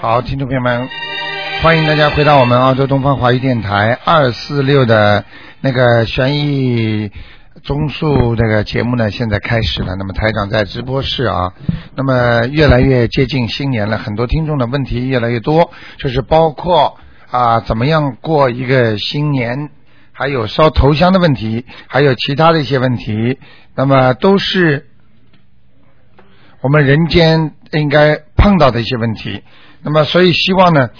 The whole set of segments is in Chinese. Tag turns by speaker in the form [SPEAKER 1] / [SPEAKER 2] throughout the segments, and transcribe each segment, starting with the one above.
[SPEAKER 1] 好，听众朋友们，欢迎大家回到我们澳洲东方华语电台二四六的那个悬疑综述这个节目呢，现在开始了。那么台长在直播室啊，那么越来越接近新年了，很多听众的问题越来越多，就是包括啊怎么样过一个新年，还有烧头香的问题，还有其他的一些问题，那么都是我们人间应该碰到的一些问题。那么，所以希望呢，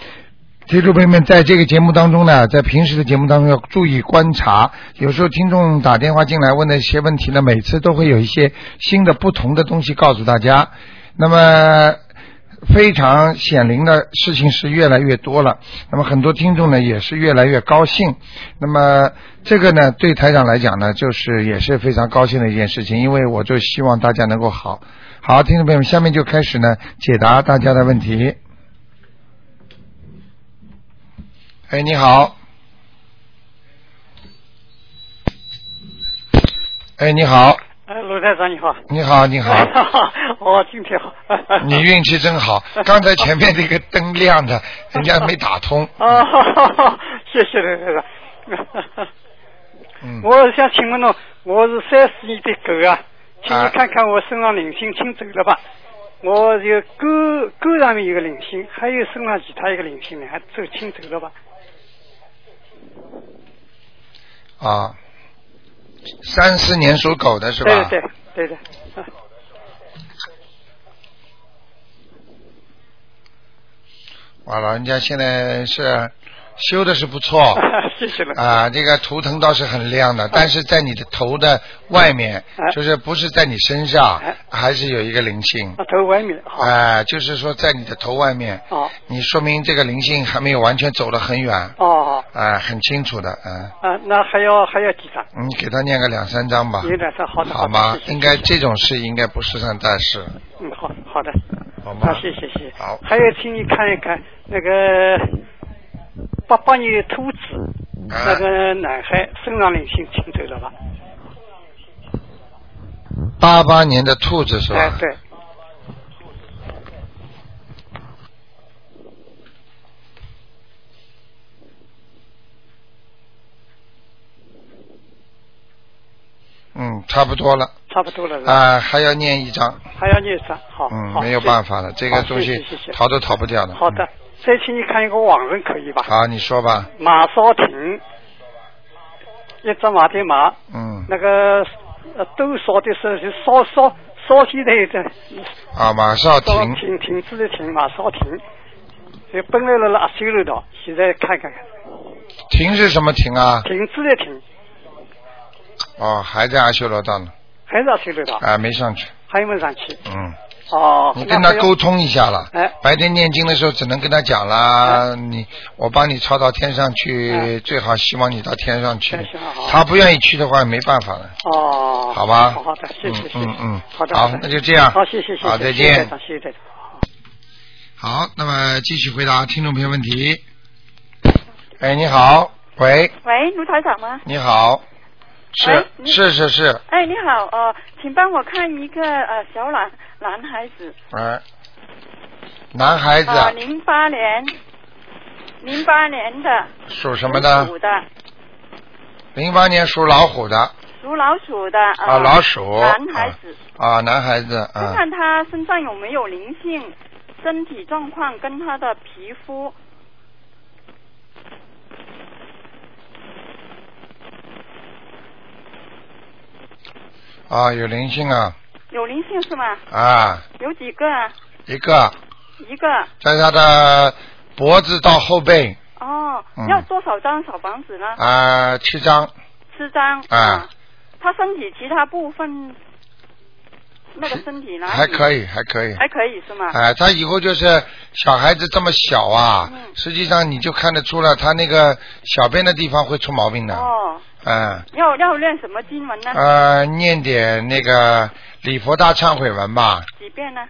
[SPEAKER 1] 听众朋友们在这个节目当中呢，在平时的节目当中要注意观察。有时候听众打电话进来问的一些问题呢，每次都会有一些新的、不同的东西告诉大家。那么。非常显灵的事情是越来越多了，那么很多听众呢也是越来越高兴。那么这个呢，对台长来讲呢，就是也是非常高兴的一件事情，因为我就希望大家能够好。好，听众朋友们，下面就开始呢解答大家的问题。哎，你好。哎，你好，
[SPEAKER 2] 哎，罗台长你好。
[SPEAKER 1] 你好，你好，
[SPEAKER 2] 哦，今天好。
[SPEAKER 1] 哎 你运气真好。刚才前面那个灯亮的，人家没打通。
[SPEAKER 2] 啊， 谢谢罗台长。
[SPEAKER 1] 嗯，
[SPEAKER 2] 我想请问侬，我是三四年的狗啊，请
[SPEAKER 1] 啊
[SPEAKER 2] 你看看我身上灵性清走了吧？我有沟沟上面有个灵性，还有身上其他一个灵性呢，还走清走了吧？
[SPEAKER 1] 啊，三四年属狗的是吧？
[SPEAKER 2] 对对对对的。 啊
[SPEAKER 1] 哇，老人家现在是修的是不错
[SPEAKER 2] 谢谢了。
[SPEAKER 1] 啊，这个图腾倒是很亮的，但是在你的头的外面，
[SPEAKER 2] 啊
[SPEAKER 1] 就是不是在你身上
[SPEAKER 2] 啊，
[SPEAKER 1] 还是有一个灵性
[SPEAKER 2] 啊，。头外面好。
[SPEAKER 1] 啊，就是说在你的头外面，
[SPEAKER 2] 哦
[SPEAKER 1] 你说明这个灵性还没有完全走得很远，
[SPEAKER 2] 哦哦
[SPEAKER 1] 啊，很清楚的，啊。
[SPEAKER 2] 啊，那还要还要几张？
[SPEAKER 1] 你给他念个两三张吧，
[SPEAKER 2] 有点事，好的
[SPEAKER 1] 好
[SPEAKER 2] 的
[SPEAKER 1] 吗
[SPEAKER 2] 谢？谢
[SPEAKER 1] 应该
[SPEAKER 2] 谢谢
[SPEAKER 1] 这种事应该不是算大事，
[SPEAKER 2] 嗯，好好的。
[SPEAKER 1] 好吗
[SPEAKER 2] 好，？谢谢谢谢。
[SPEAKER 1] 好
[SPEAKER 2] 还有，请你看一看那个八八年的兔子，
[SPEAKER 1] 啊
[SPEAKER 2] 那个男孩身上灵性清走了吧？
[SPEAKER 1] 八八年的兔子是吧？
[SPEAKER 2] 哎，对，
[SPEAKER 1] 嗯，差不多了
[SPEAKER 2] 差不多了是吧？
[SPEAKER 1] 啊，还要念一张，
[SPEAKER 2] 还要念啥？好，好
[SPEAKER 1] 嗯，没有办。法了，这个
[SPEAKER 2] 好
[SPEAKER 1] 东
[SPEAKER 2] 谢
[SPEAKER 1] 西
[SPEAKER 2] 谢谢谢
[SPEAKER 1] 逃都逃不掉
[SPEAKER 2] 谢
[SPEAKER 1] 的。
[SPEAKER 2] 谢好的，再请你看一个网人可以吧
[SPEAKER 1] 嗯，？好，你说吧，
[SPEAKER 2] 马少廷，一只马的马，
[SPEAKER 1] 嗯，
[SPEAKER 2] 那个呃都烧的时候就烧烧烧起来的，
[SPEAKER 1] 啊，马少
[SPEAKER 2] 烧
[SPEAKER 1] 停，
[SPEAKER 2] 停停止的停，马少廷。这本来了了阿修罗道，现在看看看。
[SPEAKER 1] 停是什么停啊？
[SPEAKER 2] 停止的停，
[SPEAKER 1] 哦，还在阿修罗道呢，
[SPEAKER 2] 还是要修得到，
[SPEAKER 1] 啊，没上去，
[SPEAKER 2] 还有没有上去？
[SPEAKER 1] 嗯，
[SPEAKER 2] 哦，
[SPEAKER 1] 你跟他
[SPEAKER 2] 那还要
[SPEAKER 1] 沟通一下了
[SPEAKER 2] 哎。
[SPEAKER 1] 白天念经的时候只能跟他讲啦，
[SPEAKER 2] 嗯
[SPEAKER 1] 你我帮你抄到天上去，
[SPEAKER 2] 哎
[SPEAKER 1] 最好希望你到天上去
[SPEAKER 2] 哎行好。好
[SPEAKER 1] 他不愿意去的话，没办法了。
[SPEAKER 2] 哦，
[SPEAKER 1] 好吧
[SPEAKER 2] 好的，谢谢，
[SPEAKER 1] 嗯
[SPEAKER 2] 谢谢，
[SPEAKER 1] 嗯嗯
[SPEAKER 2] 好的，
[SPEAKER 1] 好
[SPEAKER 2] 的
[SPEAKER 1] 那就这样
[SPEAKER 2] 好，谢谢，谢谢，
[SPEAKER 1] 好再
[SPEAKER 2] 谢谢
[SPEAKER 1] 见
[SPEAKER 2] 台长谢谢台长。
[SPEAKER 1] 好，那么继续回答听众朋友问题。哎，你好，喂，
[SPEAKER 3] 喂，卢台长吗？
[SPEAKER 1] 你好，是
[SPEAKER 3] 喂你
[SPEAKER 1] 是是是，
[SPEAKER 3] 哎，你好，呃，请帮我看一个呃小男男孩子，
[SPEAKER 1] 哎，男孩子
[SPEAKER 3] 啊，零八年，零八年的
[SPEAKER 1] 属什么
[SPEAKER 3] 属
[SPEAKER 1] 的？
[SPEAKER 3] 虎的，
[SPEAKER 1] 零八年属老虎的
[SPEAKER 3] 属老鼠的呃
[SPEAKER 1] 啊，老鼠，
[SPEAKER 3] 男孩子，
[SPEAKER 1] 啊，啊男孩子
[SPEAKER 3] 看
[SPEAKER 1] 啊，
[SPEAKER 3] 看他身上有没有灵性，身体状况跟他的皮肤，
[SPEAKER 1] 啊，有灵性啊，
[SPEAKER 3] 有灵性是吗？
[SPEAKER 1] 啊，
[SPEAKER 3] 有几个？啊？
[SPEAKER 1] 一个
[SPEAKER 3] 一个。
[SPEAKER 1] 在他的脖子到后背
[SPEAKER 3] 哦
[SPEAKER 1] 嗯，
[SPEAKER 3] 要多少张小房子呢？
[SPEAKER 1] 啊，七张，
[SPEAKER 3] 四张。
[SPEAKER 1] 啊。
[SPEAKER 3] 他身体其他部分，那个身体哪里？
[SPEAKER 1] 还可
[SPEAKER 3] 啊
[SPEAKER 1] 以，还可以，
[SPEAKER 3] 还可以是吗？
[SPEAKER 1] 哎，他以后就是小孩子这么小啊，
[SPEAKER 3] 嗯
[SPEAKER 1] 实际上你就看得出了，他那个小便的地方会出毛病的。
[SPEAKER 3] 哦，
[SPEAKER 1] 嗯，
[SPEAKER 3] 要要练什么经文呢？
[SPEAKER 1] 呃，念点那个礼佛大忏悔文吧，
[SPEAKER 3] 几遍呢？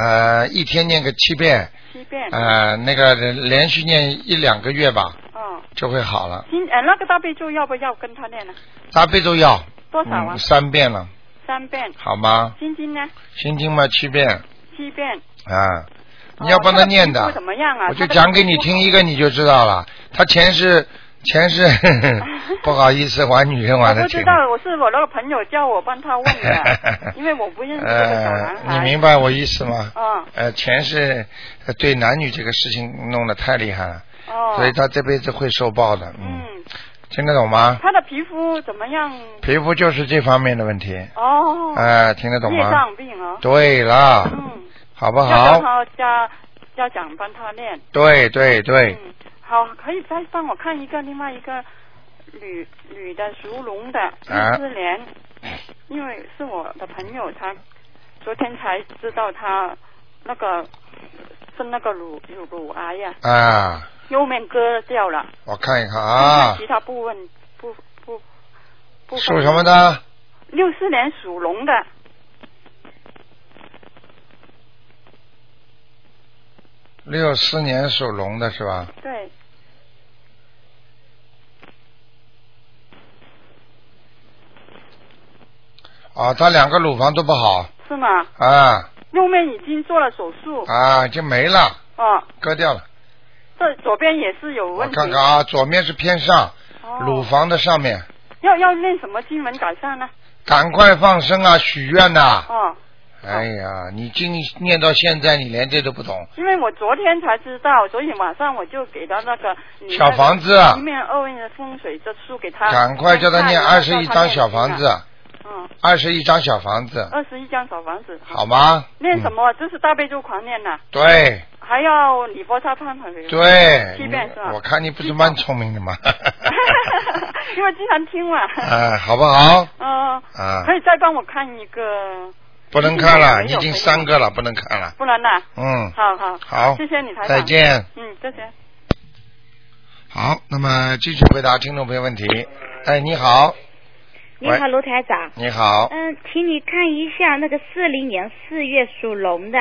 [SPEAKER 1] 呃，一天念个七遍，
[SPEAKER 3] 七遍。
[SPEAKER 1] 呃，那个连续念一两个月吧，
[SPEAKER 3] 哦，
[SPEAKER 1] 就会好了。
[SPEAKER 3] 今呃那个大悲咒要不要跟他练呢？
[SPEAKER 1] 大悲咒要
[SPEAKER 3] 多少啊
[SPEAKER 1] 嗯？三遍了，
[SPEAKER 3] 三遍。
[SPEAKER 1] 好吗？
[SPEAKER 3] 心经呢？
[SPEAKER 1] 心经嘛七遍
[SPEAKER 3] 七遍。
[SPEAKER 1] 啊，你要帮他念的
[SPEAKER 3] 哦他的皮肤怎么样啊？
[SPEAKER 1] 我就讲给你听一个，你就知道了。他前世前世 不好意思玩女人
[SPEAKER 3] 他
[SPEAKER 1] 玩
[SPEAKER 3] 的皮肤。我
[SPEAKER 1] 的挺，
[SPEAKER 3] 不知。道，我是我那个朋友叫我帮他问的 因为我不认识这个小男
[SPEAKER 1] 呃，
[SPEAKER 3] 孩。
[SPEAKER 1] 你明白我意思吗？
[SPEAKER 3] 嗯
[SPEAKER 1] 呃，前世呃对男女这个事情弄得太厉害了，
[SPEAKER 3] 哦。
[SPEAKER 1] 所以他这辈子会受报的。嗯，
[SPEAKER 3] 嗯，
[SPEAKER 1] 听得懂吗？
[SPEAKER 3] 他的皮肤怎么样？
[SPEAKER 1] 皮肤就是这方面的问题。
[SPEAKER 3] 哦。
[SPEAKER 1] 哎，听得懂
[SPEAKER 3] 业
[SPEAKER 1] 吗？
[SPEAKER 3] 障病啊。
[SPEAKER 1] 对了，
[SPEAKER 3] 嗯。
[SPEAKER 1] 好不
[SPEAKER 3] 要
[SPEAKER 1] 好？
[SPEAKER 3] 他家家长帮他念。
[SPEAKER 1] 对对对，
[SPEAKER 3] 嗯，好，可以再帮我看一个另外一个女女的属龙的
[SPEAKER 1] 啊
[SPEAKER 3] 一四年，因为是我的朋友，她昨天才知道她那个是那个乳乳乳癌呀、
[SPEAKER 1] 啊，
[SPEAKER 3] 右面割掉了，
[SPEAKER 1] 我看一看啊
[SPEAKER 3] 看，其他部分不不不。
[SPEAKER 1] 属什么？的？
[SPEAKER 3] 六四年属龙的，
[SPEAKER 1] 六四年属龙的是吧？
[SPEAKER 3] 对，
[SPEAKER 1] 啊，他两个乳房都不好
[SPEAKER 3] 是吗？
[SPEAKER 1] 啊
[SPEAKER 3] 右面已经做了手术，
[SPEAKER 1] 啊，就没了，
[SPEAKER 3] 哦，
[SPEAKER 1] 割掉了。
[SPEAKER 3] 这左边也是有
[SPEAKER 1] 啊我
[SPEAKER 3] 问题。
[SPEAKER 1] 看看啊，左面是偏上，
[SPEAKER 3] 哦
[SPEAKER 1] 乳房的上面，
[SPEAKER 3] 要要练什么经文改善呢？
[SPEAKER 1] 赶快放生啊，许愿呐、
[SPEAKER 3] 哦，
[SPEAKER 1] 哎呀，你经念到现在，你连这都不懂，
[SPEAKER 3] 因为我昨天才知道，所以晚上我就给他那个你那
[SPEAKER 1] 小
[SPEAKER 3] 个
[SPEAKER 1] 房子啊
[SPEAKER 3] 一面二面的风水这书给啊他，
[SPEAKER 1] 赶快叫他念
[SPEAKER 3] 看
[SPEAKER 1] 二
[SPEAKER 3] 一下
[SPEAKER 1] 十一张小房，子，
[SPEAKER 3] 让他念经啊
[SPEAKER 1] 二十一张小房子
[SPEAKER 3] 嗯，，二十一张小房子，
[SPEAKER 1] 好吗？
[SPEAKER 3] 念
[SPEAKER 1] 嗯
[SPEAKER 3] 什么？啊就是大悲咒狂念呐，
[SPEAKER 1] 对
[SPEAKER 3] 还要礼佛大忏悔文，
[SPEAKER 1] 对，
[SPEAKER 3] 七遍是吧
[SPEAKER 1] 我看你不是蛮聪明的嘛。
[SPEAKER 3] 因为经常听嘛，
[SPEAKER 1] 啊，好不 好？
[SPEAKER 3] 嗯，
[SPEAKER 1] 啊，
[SPEAKER 3] 可以再帮我看一个，
[SPEAKER 1] 不能看了，
[SPEAKER 3] 没
[SPEAKER 1] 已
[SPEAKER 3] 有
[SPEAKER 1] 经三个了，不能看了。
[SPEAKER 3] 不然呐，
[SPEAKER 1] 嗯，
[SPEAKER 3] 好好，
[SPEAKER 1] 好，
[SPEAKER 3] 谢谢你台长，
[SPEAKER 1] 再，见。
[SPEAKER 3] 嗯，再见。
[SPEAKER 1] 好，那么继续回答听众朋友问题。哎，你好，
[SPEAKER 4] 你好，卢台长。
[SPEAKER 1] 你好，
[SPEAKER 4] 嗯，请你看一下那个四零年四月属龙的，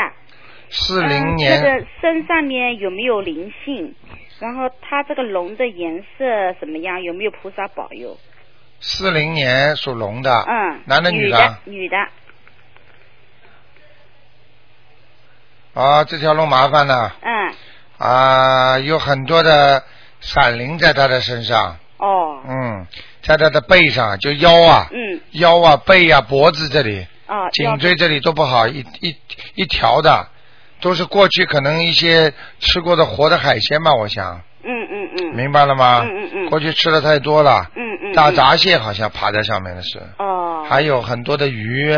[SPEAKER 1] 四零
[SPEAKER 4] 嗯
[SPEAKER 1] 年、
[SPEAKER 4] 这个身上面有没有灵性？然后它这个龙的颜色怎么样？有没有菩萨保佑？
[SPEAKER 1] 四零年属龙的，
[SPEAKER 4] 嗯，
[SPEAKER 1] 啊男的
[SPEAKER 4] 女
[SPEAKER 1] 的？
[SPEAKER 4] 的？女的，
[SPEAKER 1] 啊，这条龙麻烦了
[SPEAKER 4] 嗯，
[SPEAKER 1] 啊，有很多的闪灵在他的身上，
[SPEAKER 4] 哦，
[SPEAKER 1] 嗯，在他的背上，就腰啊、
[SPEAKER 4] 嗯，
[SPEAKER 1] 腰啊、背啊、脖子这里、
[SPEAKER 4] 哦，
[SPEAKER 1] 颈椎这里都不好，一一一条的，都是过去可能一些吃过的活的海鲜吧，我想，
[SPEAKER 4] 要，嗯嗯嗯，
[SPEAKER 1] 明白了吗？
[SPEAKER 4] 嗯嗯嗯
[SPEAKER 1] 过去吃的太多了，
[SPEAKER 4] 嗯嗯，
[SPEAKER 1] 大
[SPEAKER 4] 嗯，
[SPEAKER 1] 闸蟹好像爬在上面的是，
[SPEAKER 4] 哦，
[SPEAKER 1] 还有很多的鱼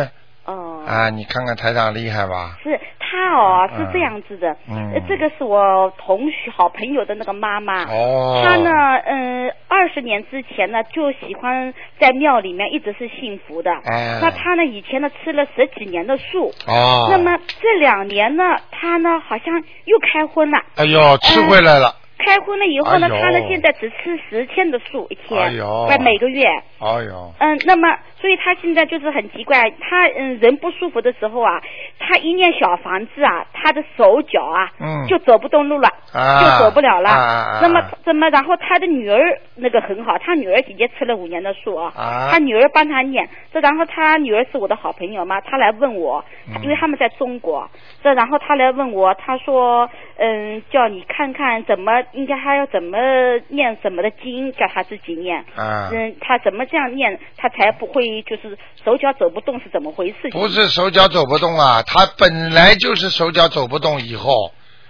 [SPEAKER 4] 哦，
[SPEAKER 1] 啊，你看看台长厉害吧？
[SPEAKER 4] 是他哦，
[SPEAKER 1] 嗯
[SPEAKER 4] 是这样子的，
[SPEAKER 1] 嗯
[SPEAKER 4] 呃这个是我同学好朋友的那个妈妈，
[SPEAKER 1] 哦，
[SPEAKER 4] 他呢，嗯，二十年之前呢，就喜欢在庙里面一直是信佛的。
[SPEAKER 1] 哎
[SPEAKER 4] 那他呢，以前呢吃了十几年的素。
[SPEAKER 1] 哦，
[SPEAKER 4] 那么这两年呢，他呢好像又开荤了。
[SPEAKER 1] 哎
[SPEAKER 4] 嗯
[SPEAKER 1] 呦，吃回来了，
[SPEAKER 4] 开荤了以后呢，
[SPEAKER 1] 哎呦
[SPEAKER 4] 他呢现在只吃十天的素一天，
[SPEAKER 1] 哎呦
[SPEAKER 4] 哎每个月。
[SPEAKER 1] 哎呦，
[SPEAKER 4] 嗯，那么所以他现在就是很奇怪，他嗯人不舒服的时候啊，他一念小房子啊，他的手脚啊，
[SPEAKER 1] 嗯
[SPEAKER 4] 就走不动路了，
[SPEAKER 1] 啊
[SPEAKER 4] 就走不了了。
[SPEAKER 1] 啊啊啊
[SPEAKER 4] 那么怎么？然后他的女儿那个很好，他女儿姐姐吃了五年的素啊，
[SPEAKER 1] 啊
[SPEAKER 4] 他女儿帮他念。这然后他女儿是我的好朋友嘛，他来问我
[SPEAKER 1] 嗯，
[SPEAKER 4] 因为他们在中国。这然后他来问我，他说，嗯，叫你看看怎么应该还要怎么念什么的经，叫他自己念。
[SPEAKER 1] 啊，
[SPEAKER 4] 嗯，他怎么这样念，他才不会就是手脚走不动是怎么回事？
[SPEAKER 1] 不是手脚走不动啊，他本来就是手脚走不动，以后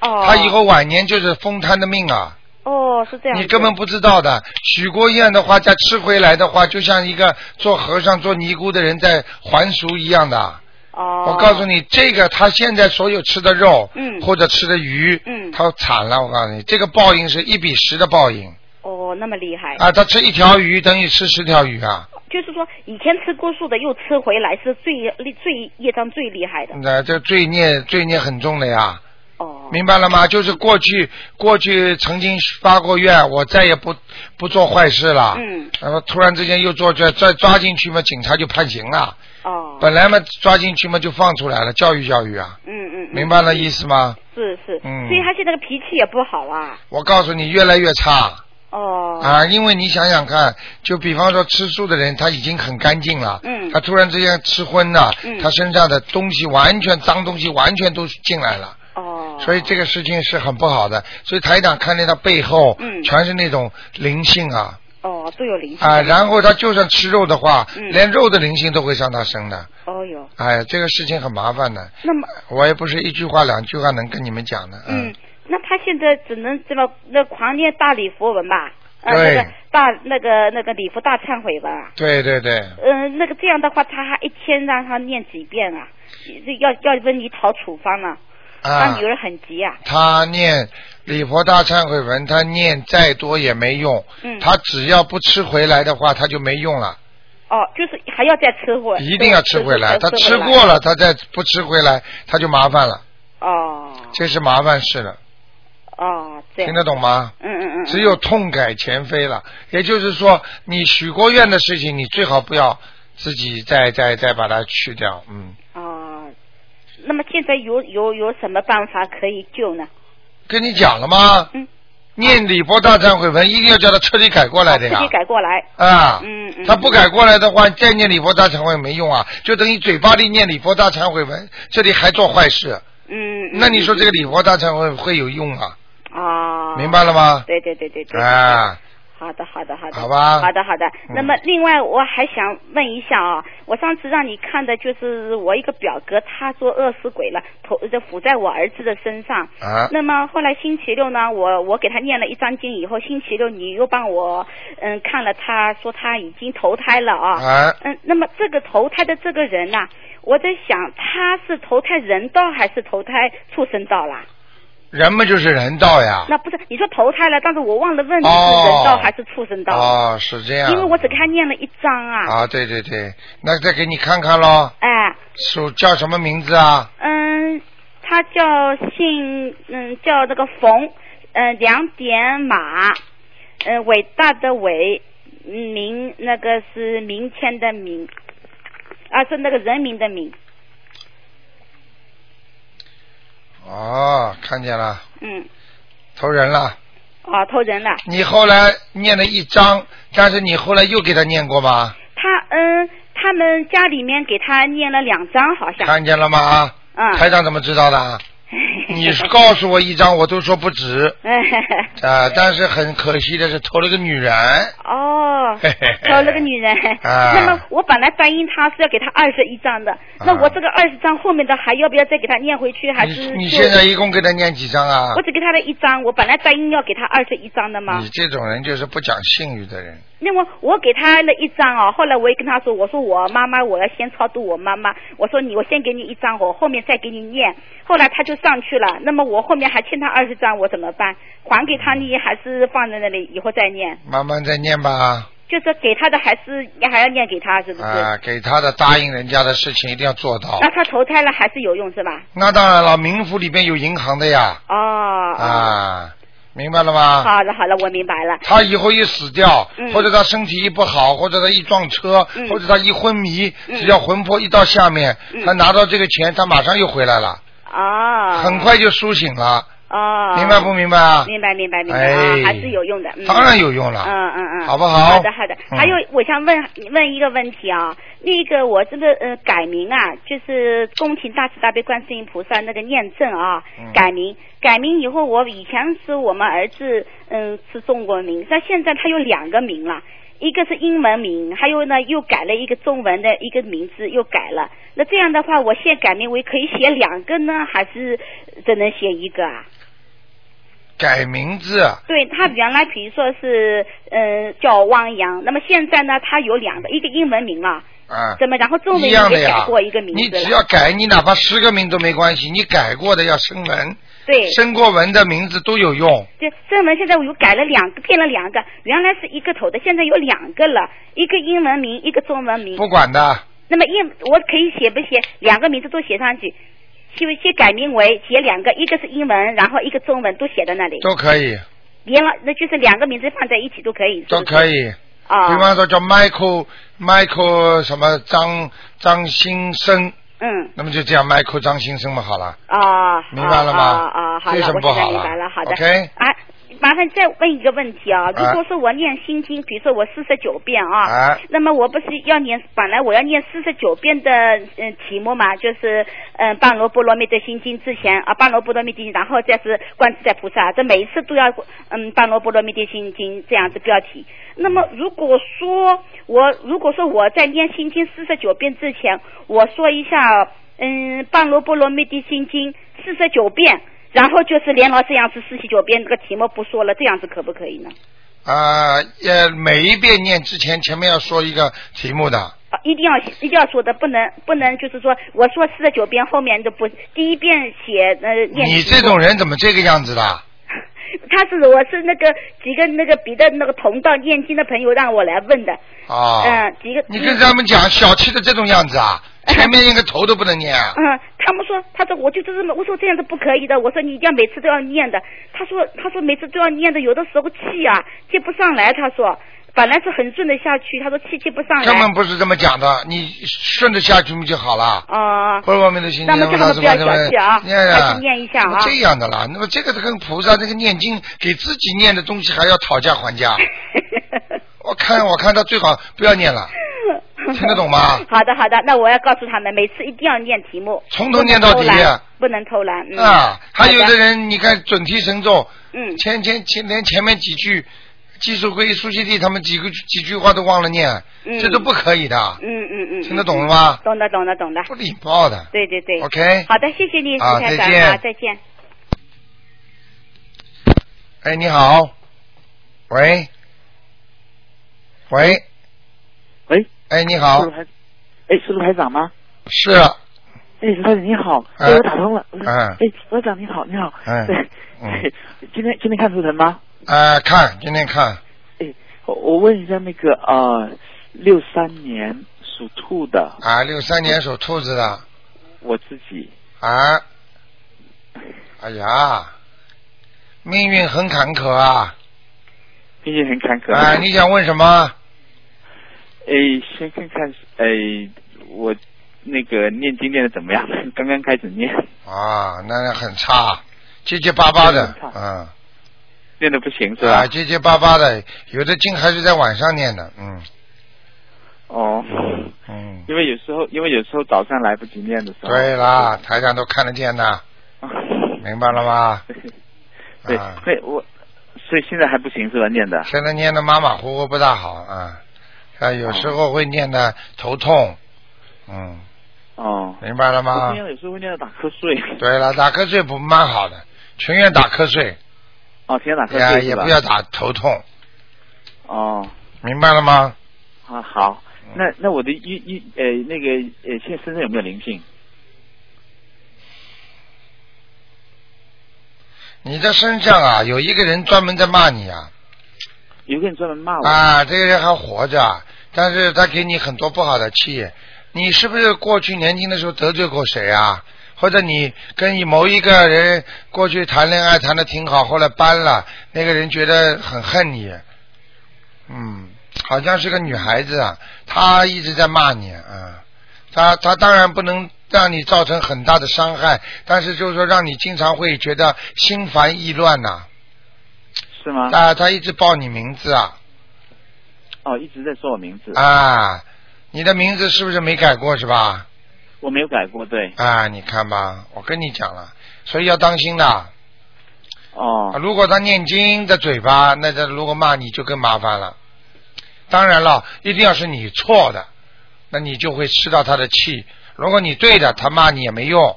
[SPEAKER 4] 哦，
[SPEAKER 1] 他以后晚年就是风瘫的命啊，
[SPEAKER 4] 哦是这样子，
[SPEAKER 1] 你根本不知道的。许过愿的话，再吃回来的话，就像一个做和尚、做尼姑的人在还俗一样的。
[SPEAKER 4] 哦，
[SPEAKER 1] 我告诉你，这个他现在所有吃的肉，
[SPEAKER 4] 嗯
[SPEAKER 1] 或者吃的鱼，
[SPEAKER 4] 嗯
[SPEAKER 1] 他惨了。我告诉你，这个报应是一比十的报应
[SPEAKER 4] 哦那么厉害，
[SPEAKER 1] 啊！他吃一条鱼等于吃十条鱼啊！
[SPEAKER 4] 就是说以前吃过素的又吃回来是最最业障最厉害的
[SPEAKER 1] 那这罪孽罪孽很重的呀，
[SPEAKER 4] 哦，
[SPEAKER 1] 明白了吗？就是过去过去曾经发过愿，我再也不不做坏事了。
[SPEAKER 4] 嗯
[SPEAKER 1] 然后突然之间又做这，再抓进去嘛，警察就判刑了。
[SPEAKER 4] 哦，
[SPEAKER 1] 本来嘛，抓进去嘛就放出来了，教育教育啊，
[SPEAKER 4] 嗯嗯，嗯
[SPEAKER 1] 明白了意思吗？
[SPEAKER 4] 是是，
[SPEAKER 1] 嗯
[SPEAKER 4] 所以他现在的脾气也不好啊，
[SPEAKER 1] 我告诉你，越来越差。
[SPEAKER 4] 哦，
[SPEAKER 1] 啊，因为你想想看，就比方说吃素的人，他已经很干净了，
[SPEAKER 4] 嗯
[SPEAKER 1] 他突然之间吃荤了，
[SPEAKER 4] 嗯
[SPEAKER 1] 他身上的东西完全脏东西完全都进来了，
[SPEAKER 4] 哦，
[SPEAKER 3] 哦
[SPEAKER 1] 所以这个事情是很不好的。所以台长看见他背后，
[SPEAKER 4] 嗯
[SPEAKER 1] 全是那种灵性啊
[SPEAKER 4] 哦，都有灵性。
[SPEAKER 1] 啊，然后他就算吃肉的话，
[SPEAKER 4] 嗯
[SPEAKER 1] 连肉的灵性都会上他身的。
[SPEAKER 4] 哦哟，
[SPEAKER 1] 哎，这个事情很麻烦的，
[SPEAKER 4] 那么
[SPEAKER 1] 我也不是一句话两句话能跟你们讲的。
[SPEAKER 4] 嗯，那他现在只能这么那狂念大礼佛文吧？呃，
[SPEAKER 1] 啊对
[SPEAKER 4] 那个大那个那个礼佛大忏悔文啊。
[SPEAKER 1] 对对对，
[SPEAKER 4] 嗯，那个这样的话，他还一天让他念几遍啊？这要要问你讨处方呢、
[SPEAKER 1] 啊
[SPEAKER 4] 他女，儿很急啊。
[SPEAKER 1] 他念礼佛大忏悔文，他念再多也没用，
[SPEAKER 4] 嗯。
[SPEAKER 1] 他只要不吃回来的话，他就没用了。
[SPEAKER 4] 哦，就是还要再吃回。
[SPEAKER 1] 一定要吃回来，他吃
[SPEAKER 4] 回
[SPEAKER 1] 过了，他再不吃回来，他就麻烦了，
[SPEAKER 4] 哦
[SPEAKER 1] 这是麻烦事了，
[SPEAKER 4] 哦，这
[SPEAKER 1] 听
[SPEAKER 4] 样。
[SPEAKER 1] 得懂吗？
[SPEAKER 4] 嗯嗯嗯。
[SPEAKER 1] 只有痛改前非了，也就是说，你许过愿的事情，你最好不要自己再再再把它去掉，嗯，
[SPEAKER 4] 哦，那么现在有有有什么办法可以救呢？
[SPEAKER 1] 跟你讲了吗？
[SPEAKER 4] 嗯
[SPEAKER 1] 念礼佛大忏悔文，一定要叫他彻底改过来的
[SPEAKER 4] 自
[SPEAKER 1] 呀
[SPEAKER 4] 己。改过来。
[SPEAKER 1] 啊，
[SPEAKER 4] 嗯嗯。
[SPEAKER 1] 他不改过来的话，再念礼佛大忏悔没用啊，就等于嘴巴里念礼佛大忏悔文，这里还做坏事，
[SPEAKER 4] 嗯。嗯。
[SPEAKER 1] 那你说这个
[SPEAKER 4] 个
[SPEAKER 1] 礼佛大忏悔会有用啊？
[SPEAKER 4] 啊？
[SPEAKER 1] 明白了吗？
[SPEAKER 4] 对。对对对对。对。
[SPEAKER 1] 啊，
[SPEAKER 4] 好的，好的，好的，
[SPEAKER 1] 好吧
[SPEAKER 4] 嗯好的，好的。
[SPEAKER 1] 嗯
[SPEAKER 4] 那么，另外我还想问一下啊，我上次让你看的就是我一个表哥，他做饿死鬼了，头这附在我儿子的身上。
[SPEAKER 1] 啊，
[SPEAKER 4] 那么后来星期六呢，我我给他念了一张经以后，星期六你又帮我嗯看了他，说他已经投胎了啊。
[SPEAKER 1] 啊，
[SPEAKER 4] 嗯，那么这个投胎的这个人呐、我在想他是投胎人道还是投胎畜生道啦？
[SPEAKER 1] 人嘛就是人道呀。
[SPEAKER 4] 那不是你说投胎了，但是我忘了问你
[SPEAKER 1] 啊
[SPEAKER 4] 是
[SPEAKER 1] 哦
[SPEAKER 4] 人道还是畜生道。
[SPEAKER 1] 哦，是这样。
[SPEAKER 4] 因为我只给他念了一张啊，
[SPEAKER 1] 啊，对对对，那再给你看看喽，
[SPEAKER 4] 哎，
[SPEAKER 1] 属叫什么名字啊？
[SPEAKER 4] 嗯，他叫姓，嗯，叫那个冯，嗯，两点马，嗯，伟大的伟，嗯明那个是明天的明，啊，是那个人民的民，
[SPEAKER 1] 哦，看见了，
[SPEAKER 4] 嗯，
[SPEAKER 1] 投人了。
[SPEAKER 4] 哦，投人了，
[SPEAKER 1] 你后来念了一章，但是你后来又给他念过吗？
[SPEAKER 4] 他嗯，他们家里面给他念了两张好像，
[SPEAKER 1] 看见了吗？啊
[SPEAKER 4] 嗯，
[SPEAKER 1] 台长怎么知道的啊？ 你告诉我一张，我都说不止啊、但是很可惜的是，投了个女 人。
[SPEAKER 4] 哦
[SPEAKER 1] 嘿嘿，嘿
[SPEAKER 4] 投了个女人。
[SPEAKER 1] 啊
[SPEAKER 4] 那么我本来答应他是要给他二十一张的，那我这个二十张后面的还要不要再给他念回去？还
[SPEAKER 1] 你
[SPEAKER 4] 是
[SPEAKER 1] 你
[SPEAKER 4] 就
[SPEAKER 1] 现在一共给他念几张啊
[SPEAKER 4] 我？只给他了一张，我本来答应要给他二十一张的嘛
[SPEAKER 1] 你。这种人就是不讲信誉的人。
[SPEAKER 4] 那么我给他了一张哦，后来我也跟他说，我说我妈妈我要先超度我妈妈，我说你我先给你一张，我哦后面再给你念。后来他就上去了，那么我后面还欠他二十张，我怎么办？还给他呢，还是放在那里以后再念？
[SPEAKER 1] 慢慢再念吧，
[SPEAKER 4] 就是给他的还是还要念给他，是不是？
[SPEAKER 1] 啊，给他的答应人家的事情一定要做到
[SPEAKER 4] 那。他投胎了还是有用是吧？
[SPEAKER 1] 那当然了，冥府里边有银行的呀，
[SPEAKER 4] 哦。哦。
[SPEAKER 1] 啊，明白了吗？
[SPEAKER 4] 啊好了好了，我明白了。
[SPEAKER 1] 他以后一死掉，
[SPEAKER 4] 嗯
[SPEAKER 1] 或者他身体一不好，或者他一撞车，
[SPEAKER 4] 嗯
[SPEAKER 1] 或者他一昏迷，
[SPEAKER 4] 嗯
[SPEAKER 1] 只要魂魄一到下面，
[SPEAKER 4] 嗯
[SPEAKER 1] 他拿到这个钱，他马上又回来了，
[SPEAKER 4] 哦。
[SPEAKER 1] 很。快就苏醒了，
[SPEAKER 4] 哦。
[SPEAKER 1] 明白不？明白啊？
[SPEAKER 4] 明白明白明白
[SPEAKER 1] 哎
[SPEAKER 4] 啊，还是有用的。嗯
[SPEAKER 1] 当然有用
[SPEAKER 4] 嗯
[SPEAKER 1] 了，
[SPEAKER 4] 嗯嗯，
[SPEAKER 1] 好不好
[SPEAKER 4] 好的好的，
[SPEAKER 1] 嗯
[SPEAKER 4] 还有我想问问一个问题啊，那个我这个呃改名啊，就是恭请大慈大悲观世音菩萨那个念证啊
[SPEAKER 1] 嗯，
[SPEAKER 4] 改名改名以后，我以前是我们儿子嗯是中国名，但现在他有两个名了。一个是英文名，还有呢又改了一个中文的一个名字，又改了。那这样的话，我现在改名为可以写两个呢，还是只能写一个啊？
[SPEAKER 1] 改名字，啊
[SPEAKER 4] 对他原来比如说是呃叫汪洋，那么现在呢，他有两个，一个英文名啊，
[SPEAKER 1] 啊，
[SPEAKER 4] 怎么然后中文
[SPEAKER 1] 一
[SPEAKER 4] 名
[SPEAKER 1] 样的
[SPEAKER 4] 也
[SPEAKER 1] 呀
[SPEAKER 4] 改过一个。名
[SPEAKER 1] 你
[SPEAKER 4] 字
[SPEAKER 1] 只
[SPEAKER 4] 了，
[SPEAKER 1] 要改，你哪怕十个名都没关系，你改过的要升文，
[SPEAKER 4] 对。
[SPEAKER 1] 升过文的名字都有用。
[SPEAKER 4] 这正文现在我又改了两个，变了两个，原来是一个头的，现在有两个了，一个英文名，一个中文名。
[SPEAKER 1] 不管的，
[SPEAKER 4] 那么英我可以写不写两个名字都写上去，先先改名为写两个，一个是英文，然后一个中文都写在那里，
[SPEAKER 1] 都可以，
[SPEAKER 4] 连了那就是两个名字放在一起都可以，
[SPEAKER 1] 都可
[SPEAKER 4] 以
[SPEAKER 1] 以。比
[SPEAKER 4] 啊，
[SPEAKER 1] 方说叫 Michael Michael 什么张张新生，
[SPEAKER 4] 嗯。
[SPEAKER 1] 那么就这样 Michael 张新生嘛，好了。
[SPEAKER 4] 啊，
[SPEAKER 1] 明白了吗
[SPEAKER 4] 啊啊，啊好
[SPEAKER 1] 这有
[SPEAKER 4] 了
[SPEAKER 1] 什，么
[SPEAKER 4] 我
[SPEAKER 1] 不
[SPEAKER 4] 现在
[SPEAKER 1] 好
[SPEAKER 4] 明
[SPEAKER 1] 了
[SPEAKER 4] 白了，好的。
[SPEAKER 1] OK
[SPEAKER 4] 啊，麻烦再问一个问题啊，如
[SPEAKER 1] 啊
[SPEAKER 4] 果说我念心经，比如说我四十九遍啊，
[SPEAKER 1] 啊
[SPEAKER 4] 那么我不是要念，本来我要念四十九遍的嗯题目嘛，就是嗯《般若波罗蜜多心经》之前啊，《般若波罗蜜多心经》，然后再是观自在菩萨，这每一次都要嗯《般若波罗蜜多心经》这样子标题。那么如果说我如果说我在念心经四十九遍之前，我说一下嗯《般若波罗蜜多心经》四十九遍。然后就是连牢这样子四十九遍，这个题目不说了，这样子可不可以呢？
[SPEAKER 1] 啊，呃，每一遍念之前，前面要说一个题目的，
[SPEAKER 4] 啊，一定要一定要说的，不能不能就是说，我说四十九遍，后面都不第一遍写呃念。
[SPEAKER 1] 你这种人怎么这个样子的？啊
[SPEAKER 4] 他是我是那个几个那个别的那个同道念经的朋友让我来问的，
[SPEAKER 1] 啊，
[SPEAKER 4] 嗯，几个
[SPEAKER 1] 你跟他们讲小气的这种样子 啊，前面连个头都不能念啊，
[SPEAKER 4] 嗯，他们说，他说我就这么，我说这样子不可以的，我说你一定要每次都要念的。他说，他说每次都要念的，有的时候气啊接不上来，他说本来是很顺的下去，他说气接不上
[SPEAKER 1] 根
[SPEAKER 4] 来
[SPEAKER 1] 本。不是这么讲的，你顺着下去不就好了？
[SPEAKER 4] 啊、
[SPEAKER 1] 不是我们的心经，
[SPEAKER 4] 那么这个
[SPEAKER 1] 我
[SPEAKER 4] 不要
[SPEAKER 1] 什么
[SPEAKER 4] 小气啊
[SPEAKER 1] 哎念呀
[SPEAKER 4] 还是念一下啊
[SPEAKER 1] 这样的啦，那么这个跟菩萨那个念经给自己念的东西还要讨价还 价，我看我看他最好不要 念了，听得懂吗？
[SPEAKER 4] 好的，好的，那我要告诉他们，每次一定要念题目，
[SPEAKER 1] 从头念到底
[SPEAKER 4] 不能偷懒不能偷懒。嗯、
[SPEAKER 1] 啊，还有
[SPEAKER 4] 好
[SPEAKER 1] 的人你看准提神咒，
[SPEAKER 4] 嗯，
[SPEAKER 1] 前前前连前面几句。技术会议书记地他们几个几句话都忘了念，
[SPEAKER 4] 嗯
[SPEAKER 1] 这都不可以的，
[SPEAKER 4] 嗯嗯嗯，
[SPEAKER 1] 听得懂了吗？
[SPEAKER 4] 懂了，懂了，懂了。
[SPEAKER 1] 不礼貌的。
[SPEAKER 4] 对对对。
[SPEAKER 1] OK
[SPEAKER 4] 好的，谢谢你，
[SPEAKER 1] 好
[SPEAKER 4] 徐台
[SPEAKER 1] 再
[SPEAKER 4] 长
[SPEAKER 1] 见
[SPEAKER 4] 好，再见。
[SPEAKER 1] 哎，你好，喂，喂，
[SPEAKER 5] 喂，
[SPEAKER 1] 哎，你好
[SPEAKER 5] 是，卢台，哎，是卢台长吗？
[SPEAKER 1] 是，
[SPEAKER 5] 哎，卢台长你好，
[SPEAKER 1] 哎
[SPEAKER 5] 哎，我打通了。
[SPEAKER 1] 嗯
[SPEAKER 5] 哎，卢台长你好，你好。
[SPEAKER 1] 嗯
[SPEAKER 5] 对
[SPEAKER 1] 嗯，
[SPEAKER 5] 今天今天看图腾吗？
[SPEAKER 1] 呃，看今天看，
[SPEAKER 5] 哎，我我问一下那个呃，六三年属兔的
[SPEAKER 1] 啊，六三年属兔子的，
[SPEAKER 5] 我自己，
[SPEAKER 1] 啊，哎呀，命运很坎坷啊，
[SPEAKER 5] 并且很坎坷。
[SPEAKER 1] 啊，你想问什么？
[SPEAKER 5] 哎，先看看哎，我那个念经念的怎么样？ 刚刚开始念，
[SPEAKER 1] 啊，那很差，结结巴巴的
[SPEAKER 5] 很差，
[SPEAKER 1] 嗯，
[SPEAKER 5] 念的不行是吧
[SPEAKER 1] 啊，？结结巴巴的，有的经还是在晚上念的，嗯
[SPEAKER 5] 哦，
[SPEAKER 1] 嗯，
[SPEAKER 5] 因为有时候因为有时候早上来不及念的时候。
[SPEAKER 1] 对
[SPEAKER 5] 哦
[SPEAKER 1] 啦，台上都看得见的，明白了吗？
[SPEAKER 5] 对，
[SPEAKER 1] 啊
[SPEAKER 5] 那我所以现在还不行是吧？念的
[SPEAKER 1] 现在念的马马虎虎不大好啊，啊，有时候会念的头痛，嗯，
[SPEAKER 5] 哦。
[SPEAKER 1] 明白了
[SPEAKER 5] 我
[SPEAKER 1] 吗
[SPEAKER 5] 经？常有时候会念到打瞌睡。
[SPEAKER 1] 对了，打瞌睡不蛮好的，情愿打瞌睡，
[SPEAKER 5] 哦，天天打瞌
[SPEAKER 1] 也
[SPEAKER 5] 睡
[SPEAKER 1] 哎也
[SPEAKER 5] 是吧
[SPEAKER 1] 不要打头痛，
[SPEAKER 5] 哦，
[SPEAKER 1] 明白了吗？
[SPEAKER 5] 好啊好。
[SPEAKER 1] 嗯
[SPEAKER 5] 那那我的一一呃那个呃，现在身上有没有灵性？
[SPEAKER 1] 你的身上啊，有一个人专门在骂你啊，
[SPEAKER 5] 有个人专门骂我。
[SPEAKER 1] 啊，这个人还活着，但是他给你很多不好的气，你是不是过去年轻的时候得罪过谁啊？或者你跟你某一个人过去谈恋爱谈的挺好，后来搬了，那个人觉得很恨你，嗯，好像是个女孩子啊，她一直在骂你啊，她她当然不能让你造成很大的伤害，但是就是说让你经常会觉得心烦意乱呐、
[SPEAKER 5] 是吗？
[SPEAKER 1] 啊，她一直报你名字啊，
[SPEAKER 5] 哦，一直在说我名字。
[SPEAKER 1] 啊，你的名字是不是没改过是吧？
[SPEAKER 5] 我没有改过，对。
[SPEAKER 1] 啊，你看吧，我跟你讲了，所以要当心的。啊
[SPEAKER 5] 哦
[SPEAKER 1] 如果他念经的嘴巴，那他如果骂你就更麻烦了。当然了，一定要是你错的，那你就会吃到他的气；如果你对的，他骂你也没用，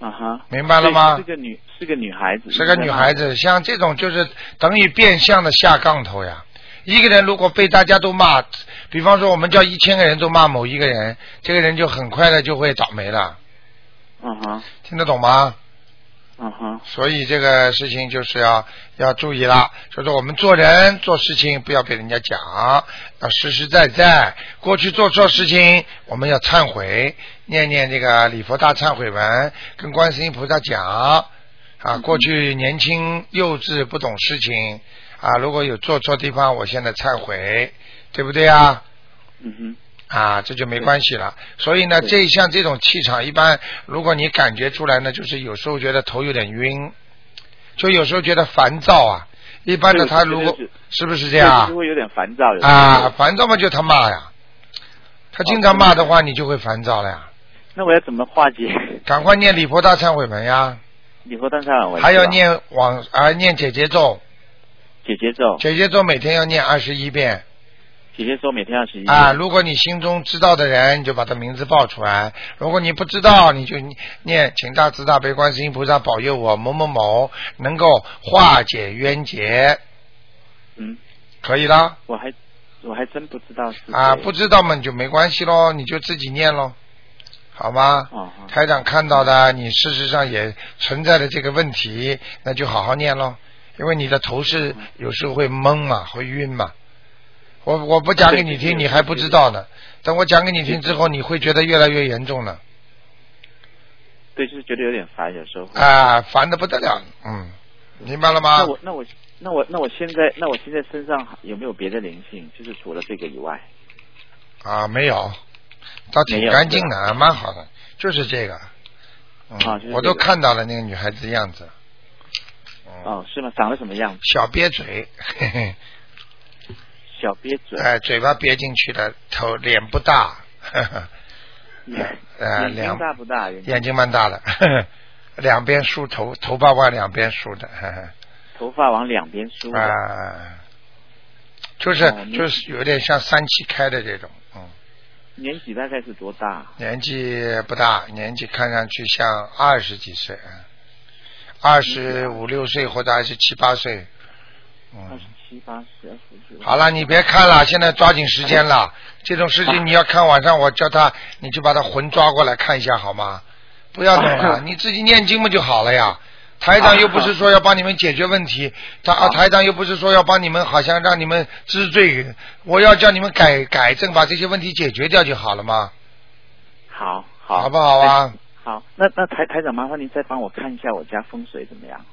[SPEAKER 5] 啊哈。
[SPEAKER 1] 明白了吗
[SPEAKER 5] 所以是个女，是个女孩子。
[SPEAKER 1] 是个女孩
[SPEAKER 5] 子。
[SPEAKER 1] 子，像这种就是等于变相的下杠头呀。一个人如果被大家都骂，比方说我们叫一千个人都骂某一个人，这个人就很快的就会倒霉了，
[SPEAKER 5] 嗯哼，
[SPEAKER 1] 听得懂吗？
[SPEAKER 5] 嗯哼，
[SPEAKER 1] 所以这个事情就是要要注意了，就是我们做人做事情不要被人家讲，要实实在在。过去做错事情，我们要忏悔，念念这个礼佛大忏悔文，跟观世音菩萨讲
[SPEAKER 5] 嗯
[SPEAKER 1] 啊，过去年轻幼稚不懂事情啊，如果有做错地方，我现在忏悔，对不对啊？
[SPEAKER 5] 嗯哼。
[SPEAKER 1] 啊，这就没关系了。所以呢，
[SPEAKER 5] 对
[SPEAKER 1] 这像这种气场，一般如果你感觉出来呢，就是有时候觉得头有点晕，就有时候觉得烦躁啊。一般的
[SPEAKER 5] 对
[SPEAKER 1] 他
[SPEAKER 5] 对
[SPEAKER 1] 如果
[SPEAKER 5] 对对
[SPEAKER 1] 是不是这样啊
[SPEAKER 5] 就是？会有点烦躁的
[SPEAKER 1] 啊，。烦躁嘛就他骂呀，他经
[SPEAKER 5] 哦
[SPEAKER 1] 常骂的话，你就会烦躁了呀。
[SPEAKER 5] 那我要怎么化解？
[SPEAKER 1] 赶快念礼佛大忏悔文呀，
[SPEAKER 5] 你和当场我
[SPEAKER 1] 还要念往啊念姐姐咒，
[SPEAKER 5] 姐姐咒，
[SPEAKER 1] 姐姐咒每天要念二十一遍
[SPEAKER 5] 姐姐说每天二十一
[SPEAKER 1] 啊。如果你心中知道的人，你就把他名字报出来；如果你不知道，你就念请大慈大悲观世音菩萨保佑我某某某能够化解冤结，
[SPEAKER 5] 嗯，
[SPEAKER 1] 可以啦。
[SPEAKER 5] 我还我还真不知道是谁
[SPEAKER 1] 啊，不知道嘛你就没关系喽，你就自己念喽，好吗？
[SPEAKER 5] 哦好
[SPEAKER 1] 台长看到的，你事实上也存在的这个问题，那就好好念喽，因为你的头是
[SPEAKER 5] 嗯
[SPEAKER 1] 有时候会懵嘛，会晕嘛。我我不讲给你
[SPEAKER 5] 对对
[SPEAKER 1] 听，
[SPEAKER 5] 对
[SPEAKER 1] 你还不知道呢。等我讲给你听之后，你会觉得越来越严重了
[SPEAKER 5] 对，就是觉得有点烦，有时候会。
[SPEAKER 1] 啊，烦的不得了。嗯，明白了吗
[SPEAKER 5] 那？我那我那我那我现在那我现在身上有没有别的灵性？就是除了这个以外，
[SPEAKER 1] 啊，没有，倒
[SPEAKER 5] 没
[SPEAKER 1] 挺
[SPEAKER 5] 有
[SPEAKER 1] 干净的，啊，蛮好的，就是这个。嗯
[SPEAKER 5] 啊就是
[SPEAKER 1] 我都
[SPEAKER 5] 这个
[SPEAKER 1] 看到了那个女孩子的样子。嗯
[SPEAKER 5] 哦，是吗？长得什么样？
[SPEAKER 1] 小瘪嘴，嘿嘿，
[SPEAKER 5] 小瘪嘴，
[SPEAKER 1] 哎，嘴巴瘪进去了，头脸不大，呵呵，
[SPEAKER 5] 眼
[SPEAKER 1] 呃，
[SPEAKER 5] 眼睛
[SPEAKER 1] 两
[SPEAKER 5] 大不大？眼睛
[SPEAKER 1] 眼睛蛮大的， 呵呵两边梳头，头发往两边梳的，呵呵
[SPEAKER 5] 头发往两边梳的。
[SPEAKER 1] 啊，就是
[SPEAKER 5] 哦你
[SPEAKER 1] 就是有点像三七开的这种，嗯，
[SPEAKER 5] 年纪大概是多大？
[SPEAKER 1] 年纪不大，年纪看上去像二十几岁，嗯二十五六岁或者二十七八岁，嗯
[SPEAKER 5] 二十，七八十，二十九。
[SPEAKER 1] 好了，你别看了，现在抓紧时间了。这种事
[SPEAKER 5] 啊
[SPEAKER 1] 情你要看，晚上我叫他，你就把他魂抓过来看一下好吗？不要等
[SPEAKER 5] 啊
[SPEAKER 1] 了，你自己念经不就好了呀？台长又不是说要帮你们解决问题，他啊，台长又不是说要帮你们，好像让你们知罪，我要叫你们改改正，把这些问题解决掉就好了嘛，
[SPEAKER 5] 好，好，哎
[SPEAKER 1] 好不好啊？
[SPEAKER 5] 好，那那台台长，麻烦您再帮我看一下我家风水怎么样？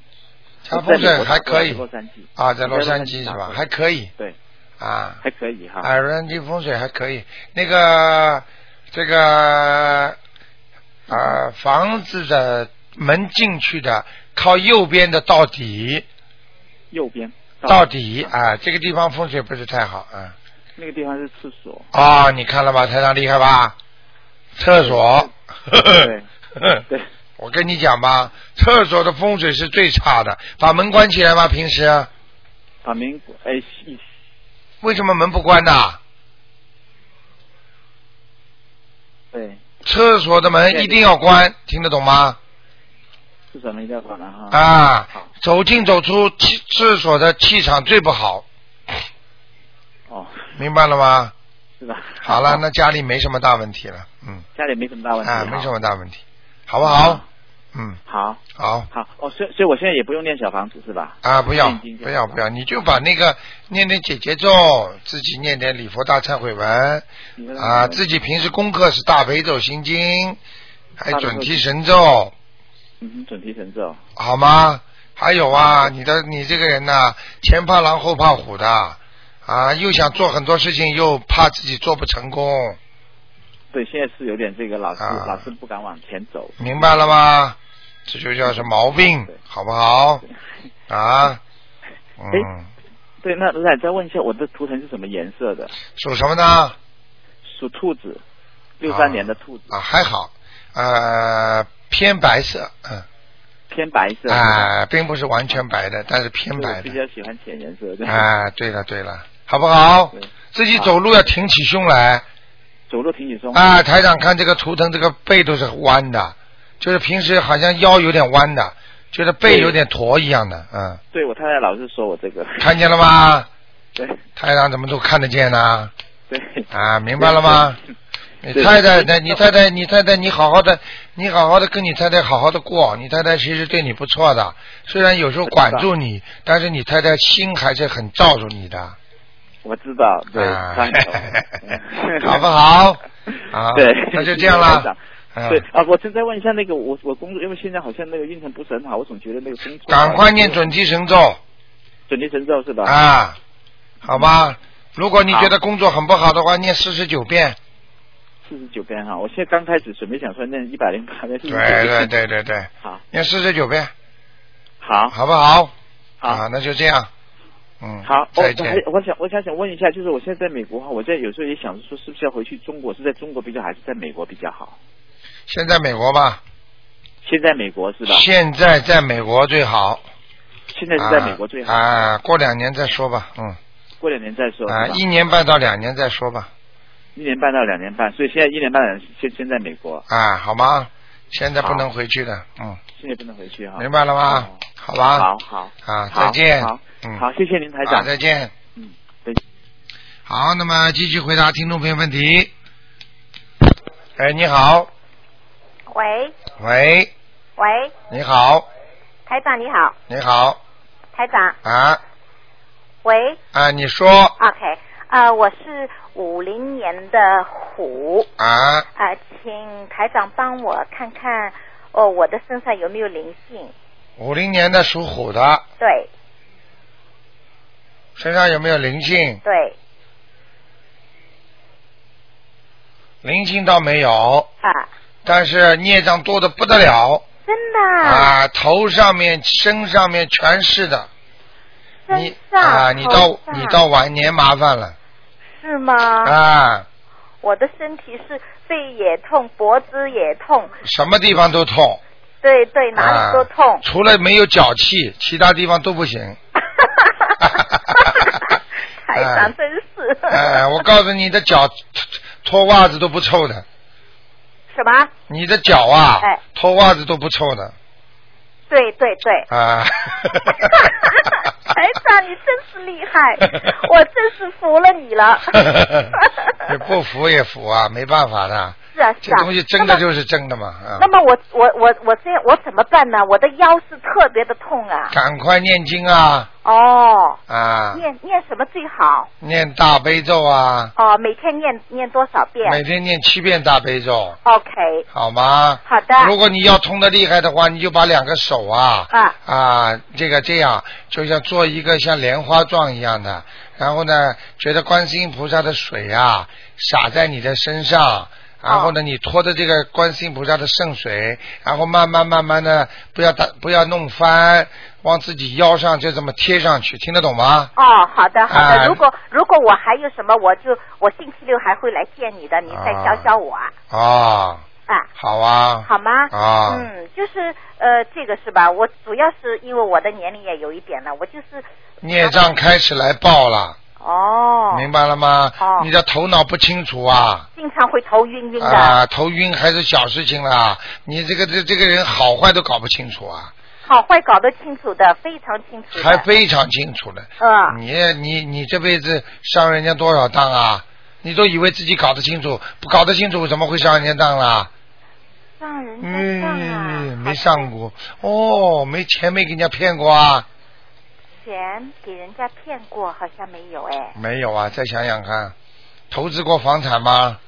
[SPEAKER 1] 他风
[SPEAKER 5] 我在美
[SPEAKER 1] 水
[SPEAKER 5] 国
[SPEAKER 1] 还可以
[SPEAKER 5] 洛杉矶
[SPEAKER 1] 啊，在洛杉矶
[SPEAKER 5] 在洛杉矶
[SPEAKER 1] 是
[SPEAKER 5] 打
[SPEAKER 1] 吧？
[SPEAKER 5] 过
[SPEAKER 1] 还可以
[SPEAKER 5] 对，
[SPEAKER 1] 啊，
[SPEAKER 5] 还可以哈。
[SPEAKER 1] 啊，洛杉矶风水还可以。那个这个呃，房子的门进去的靠右边的到底
[SPEAKER 5] 右边
[SPEAKER 1] 到底啊，这个地方风水不是太好啊。
[SPEAKER 5] 那个地方是厕所，
[SPEAKER 1] 啊、你看了吧，台长厉害吧？厕所，
[SPEAKER 5] 对对，
[SPEAKER 1] 我跟你讲吧，厕所的风水是最差的，把门关起来吗？平时
[SPEAKER 5] 把民国哎一
[SPEAKER 1] 为什么门不关呢？
[SPEAKER 5] 对
[SPEAKER 1] 厕所的门一定要关，听得懂吗？
[SPEAKER 5] 厕所没在管了哈。
[SPEAKER 1] 啊
[SPEAKER 5] 好，
[SPEAKER 1] 走进走出气厕所的气场最不好，
[SPEAKER 5] 哦，
[SPEAKER 1] 明白了吗？
[SPEAKER 5] 是吧？
[SPEAKER 1] 好了，那家里没什么大问题了，嗯，
[SPEAKER 5] 家里没什么大问题
[SPEAKER 1] 啊，没什么
[SPEAKER 5] 好
[SPEAKER 1] 大问题，好不好
[SPEAKER 5] 嗯？
[SPEAKER 1] 嗯，
[SPEAKER 5] 好
[SPEAKER 1] 好
[SPEAKER 5] 好哦，所以所以我现在也不用念小房子是吧？
[SPEAKER 1] 啊，不要
[SPEAKER 5] 念经就
[SPEAKER 1] 不要
[SPEAKER 5] 好
[SPEAKER 1] 不要，你就把那个念点姐姐咒，自己念点礼佛大忏悔文
[SPEAKER 5] 你看
[SPEAKER 1] 啊，自己平时功课是大悲咒心经，还有
[SPEAKER 5] 大悲咒
[SPEAKER 1] 准提神咒，
[SPEAKER 5] 嗯哼准提神咒
[SPEAKER 1] 好吗？还有啊，你的你这个人呐、前怕狼后怕虎的，啊，又想做很多事情，又怕自己做不成功，
[SPEAKER 5] 对，现在是有点这个老是
[SPEAKER 1] 啊
[SPEAKER 5] 老是不敢往前走。
[SPEAKER 1] 明白了吗？这就叫是毛病
[SPEAKER 5] 对，
[SPEAKER 1] 好不好？啊，
[SPEAKER 5] 哎
[SPEAKER 1] 嗯，
[SPEAKER 5] 对，那来再问一下我的图腾是什么颜色的？
[SPEAKER 1] 属什么呢？
[SPEAKER 5] 属兔子，六三年的兔子，
[SPEAKER 1] 啊，还好，呃，偏白色，嗯，
[SPEAKER 5] 偏白色。
[SPEAKER 1] 啊、并不是完全白的，但是偏
[SPEAKER 5] 对
[SPEAKER 1] 白
[SPEAKER 5] 我比
[SPEAKER 1] 的，
[SPEAKER 5] 较喜欢浅颜色的。
[SPEAKER 1] 啊、对了对了，好不好
[SPEAKER 5] 对？
[SPEAKER 1] 自己走路要挺起胸来，
[SPEAKER 5] 走路挺起胸。
[SPEAKER 1] 啊，台长看这个图腾，这个背都是弯的，就是平时好像腰有点弯的，觉得背有点驼一样的，嗯，
[SPEAKER 5] 对我太太老是说我这个。
[SPEAKER 1] 看见了吗？
[SPEAKER 5] 对
[SPEAKER 1] 台长怎么都看得见呢？
[SPEAKER 5] 对。
[SPEAKER 1] 啊，明白了吗？你
[SPEAKER 5] 对
[SPEAKER 1] 太太，
[SPEAKER 5] 对
[SPEAKER 1] 那你太太，你太太，你好好的，你好好的跟你太太好好的过，你太太其实对你不错的，虽然有时候管住你，但是你太太心还是很罩住你的，
[SPEAKER 5] 我知道，对，
[SPEAKER 1] 啊，
[SPEAKER 5] 看懂
[SPEAKER 1] 好不好？啊，
[SPEAKER 5] 对，
[SPEAKER 1] 那就这样啦
[SPEAKER 5] 长。。
[SPEAKER 1] 嗯
[SPEAKER 5] 对啊，我正在问一下那个我我工作，因为现在好像那个运程不是很好，我总觉得那个工作啊
[SPEAKER 1] 赶快念准提神咒。
[SPEAKER 5] 准提神咒是吧？
[SPEAKER 1] 啊，好吧。如果你觉得工作很不好的话，念四十九遍。
[SPEAKER 5] 四十九遍哈，我现在刚开始准备想说念一百零八遍， 哦
[SPEAKER 1] 对对，对对对，
[SPEAKER 5] 好，
[SPEAKER 1] 念四十九遍，
[SPEAKER 5] 好，
[SPEAKER 1] 好不好？
[SPEAKER 5] 好
[SPEAKER 1] 啊，那就这样。嗯，
[SPEAKER 5] 好，
[SPEAKER 1] 再
[SPEAKER 5] 我我还
[SPEAKER 1] 见。
[SPEAKER 5] 我想我想想问一下，就是我现在在美国哈，我在有时候也想说，是不是要回去中国？是在中国比较好，还是在美国比较好？
[SPEAKER 1] 现在美国吧，
[SPEAKER 5] 先在美国是吧？
[SPEAKER 1] 现在在美国最好。
[SPEAKER 5] 现在是在美国最好，
[SPEAKER 1] 啊。啊，过两年再说吧，嗯，
[SPEAKER 5] 过两年再说。
[SPEAKER 1] 啊
[SPEAKER 5] 是，吧
[SPEAKER 1] 一年半到两年再说吧，
[SPEAKER 5] 一年半到两年半，所以现在一年半两年先先在美国，
[SPEAKER 1] 啊，好吗？现在不
[SPEAKER 5] 好
[SPEAKER 1] 能回去的，嗯，
[SPEAKER 5] 现在不能回去哈。
[SPEAKER 1] 明白了吗
[SPEAKER 5] 哦？
[SPEAKER 1] 好吧。
[SPEAKER 5] 好好
[SPEAKER 1] 啊，
[SPEAKER 5] 好
[SPEAKER 1] 再见。
[SPEAKER 5] 好
[SPEAKER 1] 嗯，
[SPEAKER 5] 好，谢谢您台
[SPEAKER 1] 好
[SPEAKER 5] 长。
[SPEAKER 1] 再见。
[SPEAKER 5] 嗯再见
[SPEAKER 1] 好，那么继续回答听众朋友问题。哎，你好，
[SPEAKER 6] 喂
[SPEAKER 1] 喂，
[SPEAKER 6] 喂，
[SPEAKER 1] 你好，
[SPEAKER 6] 台长你好，
[SPEAKER 1] 你好，
[SPEAKER 6] 台长，
[SPEAKER 1] 啊
[SPEAKER 6] 喂
[SPEAKER 1] 啊，你说
[SPEAKER 5] 哦
[SPEAKER 6] ，OK，呃，我是五零年的虎，
[SPEAKER 1] 啊，
[SPEAKER 6] 呃，请台长帮我看看，哦，我的身上有没有灵性？
[SPEAKER 1] 五零年的属虎的，
[SPEAKER 6] 对
[SPEAKER 1] 身上有没有灵性？
[SPEAKER 6] 对
[SPEAKER 1] 灵性倒没有，
[SPEAKER 6] 啊，
[SPEAKER 1] 但是孽障多的不得了
[SPEAKER 6] 真的，
[SPEAKER 1] 啊，头上面、身上面全是的。
[SPEAKER 6] 身
[SPEAKER 1] 你
[SPEAKER 6] 上
[SPEAKER 1] 啊，你到
[SPEAKER 6] 头上
[SPEAKER 1] 你到晚年麻烦了
[SPEAKER 6] 是吗？
[SPEAKER 1] 啊，
[SPEAKER 6] 我的身体是肺也痛，脖子也痛，
[SPEAKER 1] 什么地方都痛。
[SPEAKER 6] 对对，哪里都
[SPEAKER 1] 啊
[SPEAKER 6] 痛。
[SPEAKER 1] 除了没有脚气，其他地方都不 行。
[SPEAKER 6] 台
[SPEAKER 1] 啊
[SPEAKER 6] 长真是，
[SPEAKER 1] 哎，我告诉你，你的脚脱袜子都不臭的，
[SPEAKER 6] 什么？
[SPEAKER 1] 你的脚啊
[SPEAKER 6] 哎，
[SPEAKER 1] 脱袜子都不臭的
[SPEAKER 6] 对对对。
[SPEAKER 1] 啊。。
[SPEAKER 6] 台长，哎你真是厉害，我真是服了你了
[SPEAKER 1] 也不服也服啊，没办法的，
[SPEAKER 6] 是啊是
[SPEAKER 1] 这
[SPEAKER 6] 啊，
[SPEAKER 1] 东西真的
[SPEAKER 6] 那么
[SPEAKER 1] 就是真的嘛啊
[SPEAKER 6] 那。么我我我我这样我怎么办呢？我的腰是特别的痛啊。
[SPEAKER 1] 赶快念经啊
[SPEAKER 6] 哦，
[SPEAKER 1] 啊，
[SPEAKER 6] 念念什么最好？
[SPEAKER 1] 念大悲咒啊，
[SPEAKER 6] 哦，每天念念多少遍
[SPEAKER 1] 每天念七遍大悲咒，
[SPEAKER 6] ？OK，
[SPEAKER 1] 好吗？
[SPEAKER 6] 好的。
[SPEAKER 1] 如果你要痛的厉害的话，你就把两个手啊
[SPEAKER 6] 啊
[SPEAKER 1] 啊，这个这样，就像做一个像莲花状一样的，然后呢，觉得观世音菩萨的水啊洒在你的身上。然
[SPEAKER 6] 哦
[SPEAKER 1] 后呢，你拖着这个观世音菩萨的圣水，然后慢慢慢慢的，不要打，不要弄翻，往自己腰上就这么贴上去，听得懂吗？
[SPEAKER 6] 哦，好的好的。
[SPEAKER 1] 啊
[SPEAKER 6] 如果如果我还有什么，我就我星期六还会来见你的，你再
[SPEAKER 1] 啊
[SPEAKER 6] 教教我啊
[SPEAKER 1] 啊，
[SPEAKER 6] 啊。
[SPEAKER 1] 好啊，
[SPEAKER 6] 好吗？
[SPEAKER 1] 啊
[SPEAKER 6] 嗯，就是呃，这个是吧？我主要是因为我的年龄也有一点了，我就是
[SPEAKER 1] 孽障开始来报了，
[SPEAKER 6] 哦，
[SPEAKER 1] 明白了吗？
[SPEAKER 6] 哦
[SPEAKER 1] 你的头脑不清楚啊。
[SPEAKER 6] 经常会头晕晕的。
[SPEAKER 1] 啊，头晕还是小事情啦，你这个这这个人好坏都搞不清楚啊，
[SPEAKER 6] 好坏搞得清楚的，非常清楚的。
[SPEAKER 1] 还非常清楚呢。
[SPEAKER 6] 嗯，
[SPEAKER 1] 你你你这辈子上人家多少当啊？你都以为自己搞得清楚，不搞得清楚怎么会上人家当啦？
[SPEAKER 6] 让人家上啊，
[SPEAKER 1] 嗯，没上过哦，没钱没给人家骗过啊？
[SPEAKER 6] 钱给人家骗过，好像没有哎。
[SPEAKER 1] 没有啊，再想想看，投资过房产吗？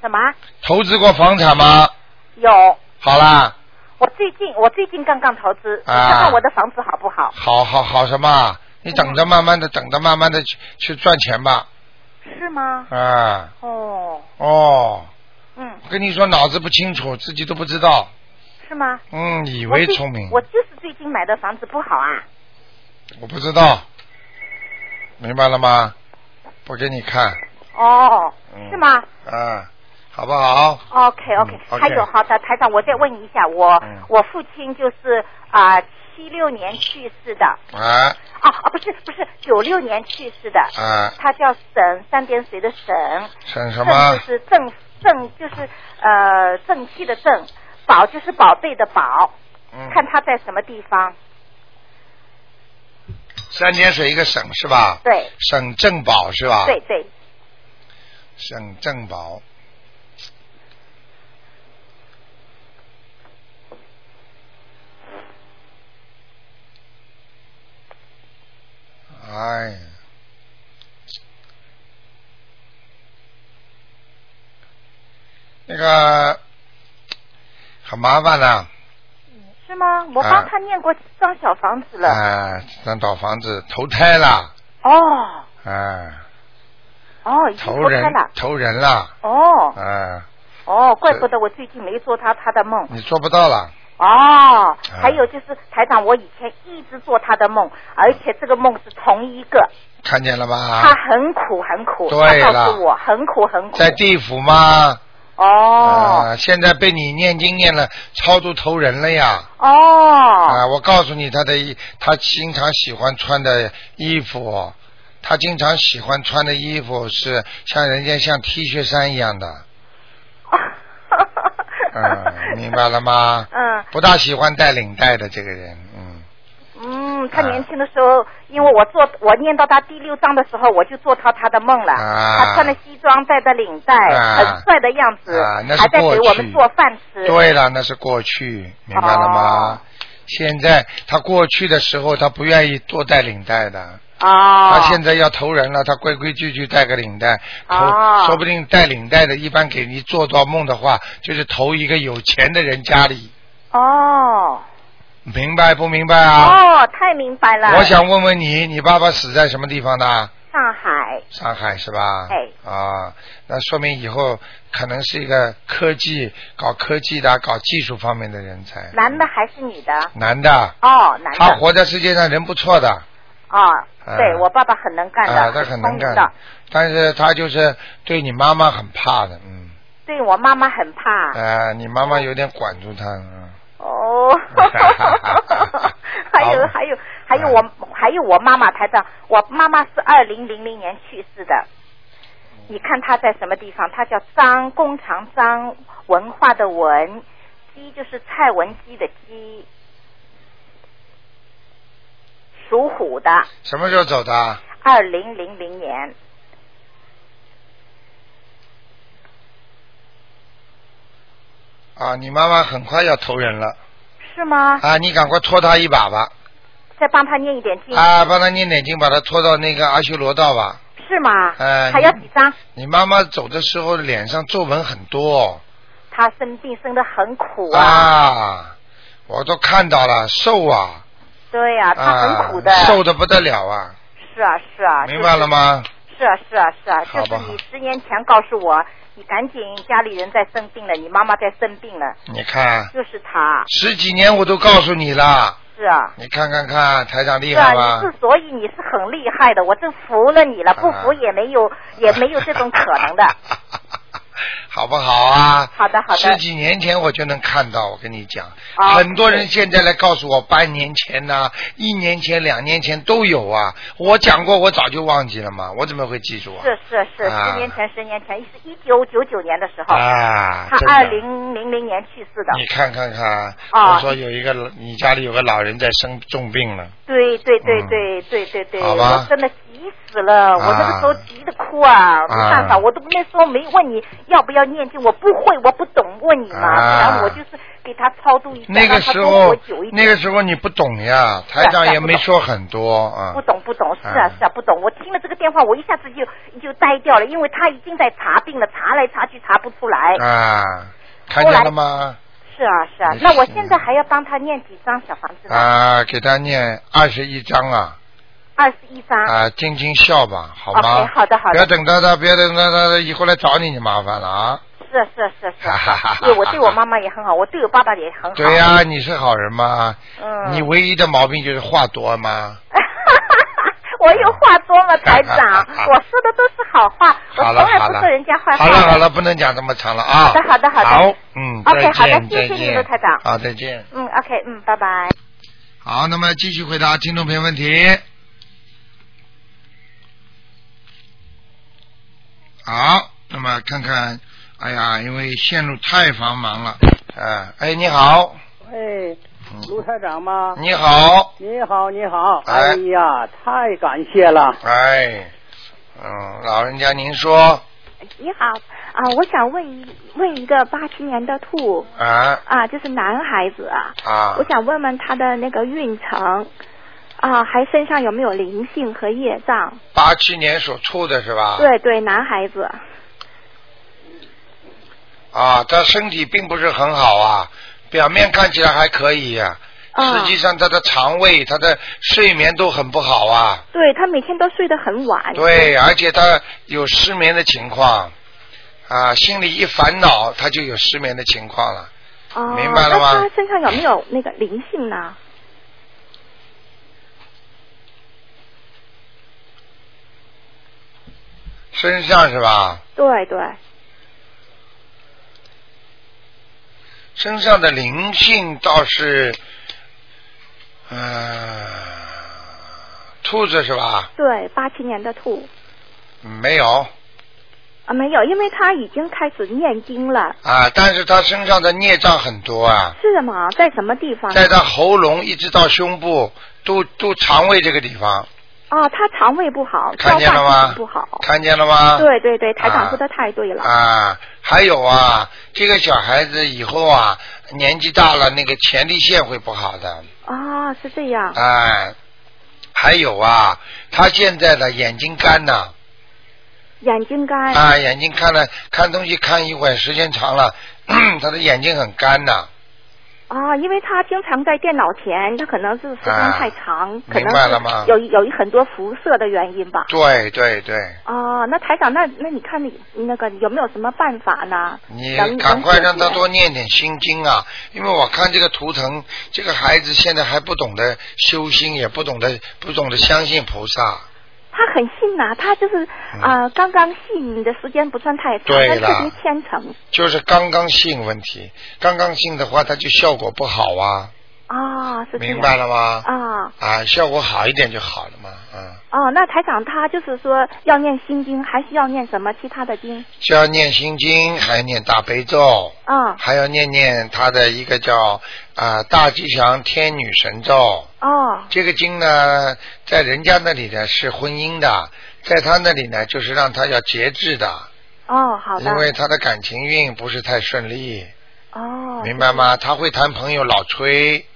[SPEAKER 6] 什么？
[SPEAKER 1] 投资过房产吗？
[SPEAKER 6] 有。
[SPEAKER 1] 好啦，
[SPEAKER 6] 我最近我最近刚刚投资，
[SPEAKER 1] 啊
[SPEAKER 6] 你看看我的房子好不好？
[SPEAKER 1] 好好好什么？你等着慢慢的，等着慢慢的去去赚钱吧，
[SPEAKER 6] 是吗？
[SPEAKER 1] 啊，
[SPEAKER 6] 哦，
[SPEAKER 1] 哦。
[SPEAKER 6] 嗯，
[SPEAKER 1] 跟你说脑子不清楚，自己都不知道，
[SPEAKER 6] 是吗？
[SPEAKER 1] 嗯，以
[SPEAKER 6] 我
[SPEAKER 1] 为
[SPEAKER 6] 最
[SPEAKER 1] 聪明，
[SPEAKER 6] 我
[SPEAKER 1] 我
[SPEAKER 6] 就是最近买的房子不好啊。
[SPEAKER 1] 不知道，明白了吗？不给你看，
[SPEAKER 6] 哦，
[SPEAKER 1] 嗯
[SPEAKER 6] 是吗
[SPEAKER 1] 啊，好不好？
[SPEAKER 6] ？OK OK，
[SPEAKER 1] 嗯，OK
[SPEAKER 6] 还有好的，台长，我再问你一下，我、
[SPEAKER 1] 嗯
[SPEAKER 6] 我父亲就是啊七六年去世的，
[SPEAKER 1] 啊
[SPEAKER 6] 哦哦不是不是九六年去世的，
[SPEAKER 1] 啊，
[SPEAKER 6] 他叫沈三点水的沈，
[SPEAKER 1] 省什
[SPEAKER 6] 正
[SPEAKER 1] 么
[SPEAKER 6] 就？是正正就是呃正气的正，宝就是宝贝的宝，
[SPEAKER 1] 嗯，
[SPEAKER 6] 看他在什么地方，
[SPEAKER 1] 三点水一个省是吧？
[SPEAKER 6] 对
[SPEAKER 1] 省政宝是吧？
[SPEAKER 6] 对，对，
[SPEAKER 1] 省政宝。哎呀，那个很麻烦的啊
[SPEAKER 6] 是吗？我
[SPEAKER 1] 啊
[SPEAKER 6] 帮他念过张小房子，了，
[SPEAKER 1] 哎那老房子投胎了，
[SPEAKER 6] 哦
[SPEAKER 1] 哎，
[SPEAKER 6] 哦已经
[SPEAKER 1] 投
[SPEAKER 6] 脱
[SPEAKER 1] 人
[SPEAKER 6] 开了，
[SPEAKER 1] 投人啊了，
[SPEAKER 6] 哦
[SPEAKER 1] 哎，
[SPEAKER 6] 哦，怪不得我最近没做他他的梦。
[SPEAKER 1] 你做不到了，
[SPEAKER 6] 哦，
[SPEAKER 1] 啊
[SPEAKER 6] 还有就是台长，我以前一直做他的梦，而且这个梦是同一个，
[SPEAKER 1] 看见了
[SPEAKER 6] 他
[SPEAKER 1] 吧？
[SPEAKER 6] 很苦很苦，
[SPEAKER 1] 啊对
[SPEAKER 6] 他
[SPEAKER 1] 了
[SPEAKER 6] 告诉我很苦很苦。
[SPEAKER 1] 在地府嘛，
[SPEAKER 6] 哦、
[SPEAKER 1] 啊，现在被你念经念了，超度投人了呀！
[SPEAKER 6] 哦，
[SPEAKER 1] 啊，我告诉你，他的衣，他经常喜欢穿的衣服，他经常喜欢穿的衣服是像人家像 T 恤衫一样 的，嗯，明白了吗？
[SPEAKER 6] 嗯
[SPEAKER 1] 不大喜欢带领带的这个人，嗯，
[SPEAKER 6] 嗯，他年轻的时候，因为我做我念到他第六章的时候，我就做到他的梦了。
[SPEAKER 1] 啊
[SPEAKER 6] 他穿了西装，戴着领带，
[SPEAKER 1] 啊
[SPEAKER 6] 很帅的样子，
[SPEAKER 1] 啊那是
[SPEAKER 6] 还在给我
[SPEAKER 1] 过
[SPEAKER 6] 们
[SPEAKER 1] 去
[SPEAKER 6] 做饭吃。
[SPEAKER 1] 对了，那是过去，明白了吗？
[SPEAKER 6] 哦
[SPEAKER 1] 现在他过去的时候，他不愿意多带领带的，
[SPEAKER 6] 哦，
[SPEAKER 2] 啊
[SPEAKER 1] 他现在要投人了，他规规矩矩带个领带，投、
[SPEAKER 6] 哦
[SPEAKER 1] 说不定带领带的，一般给你做到梦的话，就是投一个有钱的人家里，
[SPEAKER 6] 哦
[SPEAKER 1] 明白不明白啊？
[SPEAKER 6] 哦，太明白了。
[SPEAKER 1] 我想问问你，你爸爸死在什么地方的？
[SPEAKER 6] 上海
[SPEAKER 1] 上海是吧？
[SPEAKER 6] 哎
[SPEAKER 1] 啊，那说明以后可能是一个科技、搞科技的、搞技术方面的人才。
[SPEAKER 6] 男的还是女的？
[SPEAKER 1] 男的，
[SPEAKER 6] 哦，男
[SPEAKER 1] 他
[SPEAKER 6] 的。
[SPEAKER 1] 活在世界上人不错的，
[SPEAKER 6] 哦，对
[SPEAKER 1] 啊
[SPEAKER 6] 我爸爸很能干的，
[SPEAKER 1] 啊，他很
[SPEAKER 6] 聪
[SPEAKER 1] 能
[SPEAKER 6] 明
[SPEAKER 1] 干
[SPEAKER 6] 的。，
[SPEAKER 1] 但是他就是对你妈妈很怕的，嗯，
[SPEAKER 6] 对我妈妈很怕。
[SPEAKER 1] 啊，你妈妈有点管住他，嗯，
[SPEAKER 6] 哦， 还有还有还
[SPEAKER 1] 嗯
[SPEAKER 6] 有我还有我妈妈台长，我妈妈是二零零零年去世的。你看她在什么地方？她叫张工长张文化的文，鸡就是蔡文姬的鸡，属虎的，
[SPEAKER 1] 什么时候走的啊？
[SPEAKER 6] 二零零零年。
[SPEAKER 1] 啊，你妈妈很快要投人了，
[SPEAKER 6] 是吗？
[SPEAKER 1] 啊，你赶快拖他一把吧，
[SPEAKER 6] 再帮她念一点经，
[SPEAKER 1] 啊，帮他念点经，把他拖到那个阿修罗道吧。
[SPEAKER 6] 是吗？
[SPEAKER 1] 呃
[SPEAKER 6] 还要几张？
[SPEAKER 1] 你妈妈走的时候脸上皱纹很多哦
[SPEAKER 6] 她生病生的很苦啊，
[SPEAKER 1] 啊，我都看到了，瘦啊，
[SPEAKER 6] 对呀、她
[SPEAKER 1] 啊
[SPEAKER 6] 很苦的。
[SPEAKER 1] 瘦的不得了啊，
[SPEAKER 6] 是啊，是啊，
[SPEAKER 1] 明白了？吗？
[SPEAKER 6] 是啊，是啊，是啊，
[SPEAKER 1] 好
[SPEAKER 6] 就
[SPEAKER 1] 吧
[SPEAKER 6] 是你十年前告诉我，你赶紧家里人在生病了，你妈妈在生病了，
[SPEAKER 1] 你看
[SPEAKER 6] 就是他，
[SPEAKER 1] 十几年我都告诉你了，
[SPEAKER 6] 是啊，
[SPEAKER 1] 你看看看，台长厉
[SPEAKER 6] 是
[SPEAKER 1] 害
[SPEAKER 6] 啊，
[SPEAKER 1] 吧
[SPEAKER 6] 你？之所以你是很厉害的，我真服了你了，不
[SPEAKER 1] 啊
[SPEAKER 6] 服也没有、也没有这种可 能的。
[SPEAKER 1] 好不好啊？
[SPEAKER 6] 好的，好
[SPEAKER 1] 十
[SPEAKER 6] 的，
[SPEAKER 1] 几年前我就能看到，我跟你讲，
[SPEAKER 6] 啊
[SPEAKER 1] 很多人现在来告诉我，半年前呐、一年前、两年前都有啊。我讲过，我早就忘记了嘛，我怎么会记住啊？
[SPEAKER 6] 是是是，
[SPEAKER 1] 啊
[SPEAKER 6] 十年前，十年前，是一九九九年的时候，
[SPEAKER 1] 啊，
[SPEAKER 6] 他
[SPEAKER 1] 真的
[SPEAKER 6] 二零零零年去世的，
[SPEAKER 1] 你看看看，
[SPEAKER 6] 啊
[SPEAKER 1] 我说有一个老你家里有个老人在生重病了，
[SPEAKER 6] 对对对
[SPEAKER 1] 嗯
[SPEAKER 6] 对对对对，
[SPEAKER 1] 好吧
[SPEAKER 6] 我真的急死了，我那个时候急得哭啊，没办法，我都那时候没问你要不要念经，我不会，我不懂，问你嘛，
[SPEAKER 1] 啊
[SPEAKER 6] 然后我就是给他超度一下，
[SPEAKER 1] 那个
[SPEAKER 6] 让
[SPEAKER 1] 时
[SPEAKER 6] 他多活
[SPEAKER 1] 候
[SPEAKER 6] 久一点。
[SPEAKER 1] 那个时候你不懂呀，台
[SPEAKER 6] 是啊
[SPEAKER 1] 长
[SPEAKER 6] 是啊
[SPEAKER 1] 也没说很多啊
[SPEAKER 6] 不。懂不懂，是
[SPEAKER 1] 啊
[SPEAKER 6] 啊是啊，不懂。我听了这个电话，我一下子就就呆掉了，因为他已经在查病了，查来查去查不出来。
[SPEAKER 1] 啊，看见了吗？
[SPEAKER 6] 是啊是啊
[SPEAKER 1] 没，事
[SPEAKER 6] 那我现在还要帮他念几张小房子呢？
[SPEAKER 1] 啊，给他念二十一章啊，
[SPEAKER 6] 二十一张。
[SPEAKER 1] 啊，尽尽孝吧，好吗？
[SPEAKER 6] 哦哎 OK，好的好的
[SPEAKER 1] 不要等到他，不要等到他以后来找你，你麻烦了啊。
[SPEAKER 6] 是啊是啊是啊是啊， 对我对我妈妈也很好，我对我爸爸也很好。
[SPEAKER 1] 对呀、你是好人嘛，
[SPEAKER 6] 嗯。
[SPEAKER 1] 你唯一的毛病就是话多嘛。
[SPEAKER 6] 我有话多吗，台长？我说的都是好话，我
[SPEAKER 1] 好
[SPEAKER 6] 从
[SPEAKER 1] 了
[SPEAKER 6] 来
[SPEAKER 1] 好
[SPEAKER 6] 不
[SPEAKER 1] 了，
[SPEAKER 6] 说人家坏话。
[SPEAKER 1] 好了好了，不能讲这么长了啊。
[SPEAKER 6] 好的好的好的
[SPEAKER 1] 嗯，
[SPEAKER 6] OK，
[SPEAKER 1] 再
[SPEAKER 6] 好的
[SPEAKER 1] 见
[SPEAKER 6] 谢谢
[SPEAKER 1] 再
[SPEAKER 6] 你
[SPEAKER 1] 见
[SPEAKER 6] 卢台长
[SPEAKER 1] 好，再见。
[SPEAKER 6] 嗯，OK，嗯，拜拜。
[SPEAKER 1] 好，那么继续回答听众朋友问题。好，那么看看，哎呀，因为线路太繁忙了，啊，哎，你好，
[SPEAKER 7] 哎，卢
[SPEAKER 1] 嗯
[SPEAKER 7] 台长吗？
[SPEAKER 1] 你好，
[SPEAKER 7] 你好，你好！
[SPEAKER 1] 哎
[SPEAKER 7] 哎呀，太感谢了！
[SPEAKER 1] 哎，嗯，老人家您说
[SPEAKER 8] 你好啊、我想问一问一个八七年的兔
[SPEAKER 1] 啊
[SPEAKER 8] 啊，就是男孩子啊，
[SPEAKER 1] 啊
[SPEAKER 8] 我，想问问他的那个运程啊，还身上有没有灵性和业障？
[SPEAKER 1] 八七年所处的是吧？。
[SPEAKER 8] 对对，男孩子
[SPEAKER 1] 啊，他身体并不是很好啊，表面看起来还可以呀、
[SPEAKER 8] 啊
[SPEAKER 1] 实，际上他的肠胃、他的睡眠都很不好啊。
[SPEAKER 8] 对他每天都睡得很晚，
[SPEAKER 1] 对，而且他有失眠的情况，啊，心里一烦恼，他就有失眠的情况了。
[SPEAKER 8] 哦，
[SPEAKER 1] 明白了吗
[SPEAKER 8] 那他身上有没有那个灵性呢？
[SPEAKER 1] 身上是吧？
[SPEAKER 8] 对对，
[SPEAKER 1] 身上的灵性倒是，呃，兔子是吧？
[SPEAKER 8] 对，八七年的兔
[SPEAKER 1] 没有
[SPEAKER 8] 啊，没有，因为他已经开始念经了，
[SPEAKER 1] 啊，但是他身上的孽障很多啊，
[SPEAKER 8] 是吗？在什么地方？
[SPEAKER 1] 在他喉咙一直到胸部、肚肚肠胃这个地方，
[SPEAKER 8] 哦，他肠胃不好，
[SPEAKER 1] 看
[SPEAKER 8] 消化
[SPEAKER 1] 见了吗
[SPEAKER 8] 系统不好。
[SPEAKER 1] 看见了吗？
[SPEAKER 8] 哦对对对，台
[SPEAKER 1] 啊
[SPEAKER 8] 长说的太对了。
[SPEAKER 1] 啊，还有啊，这个小孩子以后啊，年纪大了，那个前列腺会不好的。
[SPEAKER 8] 啊、是这样。
[SPEAKER 1] 哎，还有啊，他现在的眼睛干呐，
[SPEAKER 8] 眼睛干。
[SPEAKER 1] 啊，眼睛看了看东西看一会儿，时间长了，嗯他的眼睛很干呐，
[SPEAKER 8] 啊，因为他经常在电脑前，他可能是时间
[SPEAKER 1] 啊
[SPEAKER 8] 太长，可
[SPEAKER 1] 明
[SPEAKER 8] 能
[SPEAKER 1] 白
[SPEAKER 8] 是
[SPEAKER 1] 了吗
[SPEAKER 8] 有有一很多辐射的原因吧。
[SPEAKER 1] 对对对，
[SPEAKER 8] 啊，那台长，那那你看你那个有没有什么办法呢？
[SPEAKER 1] 你
[SPEAKER 8] 能
[SPEAKER 1] 赶快让他
[SPEAKER 8] 能解决
[SPEAKER 1] 多念点心经啊，因为我看这个图腾，这个孩子现在还不懂得修心，也不懂得不懂得相信菩萨，
[SPEAKER 8] 他很信呐、他就是啊、呃刚刚信的时间不算太长，
[SPEAKER 1] 嗯对
[SPEAKER 8] 但特
[SPEAKER 1] 了
[SPEAKER 8] 别虔诚
[SPEAKER 1] 就是刚刚信问题，刚刚信的话，他就效果不好啊，
[SPEAKER 8] 啊，是这样
[SPEAKER 1] 明白了吗？
[SPEAKER 8] 啊
[SPEAKER 1] 啊，效果好一点就好了嘛，啊。
[SPEAKER 8] 哦，那台长他就是说要念心经，还需要念什么其他的经？
[SPEAKER 1] 就要念心经，还要念大悲咒，
[SPEAKER 8] 啊、
[SPEAKER 1] 还要念念他的一个叫啊、大吉祥天女神咒。
[SPEAKER 8] 哦
[SPEAKER 1] 这个经呢，在人家那里呢是婚姻的，在他那里呢就是让他要节制的，
[SPEAKER 8] 哦，好的
[SPEAKER 1] 因为他的感情运不是太顺利，
[SPEAKER 8] 哦，
[SPEAKER 1] 明白吗？他会谈朋友老吹，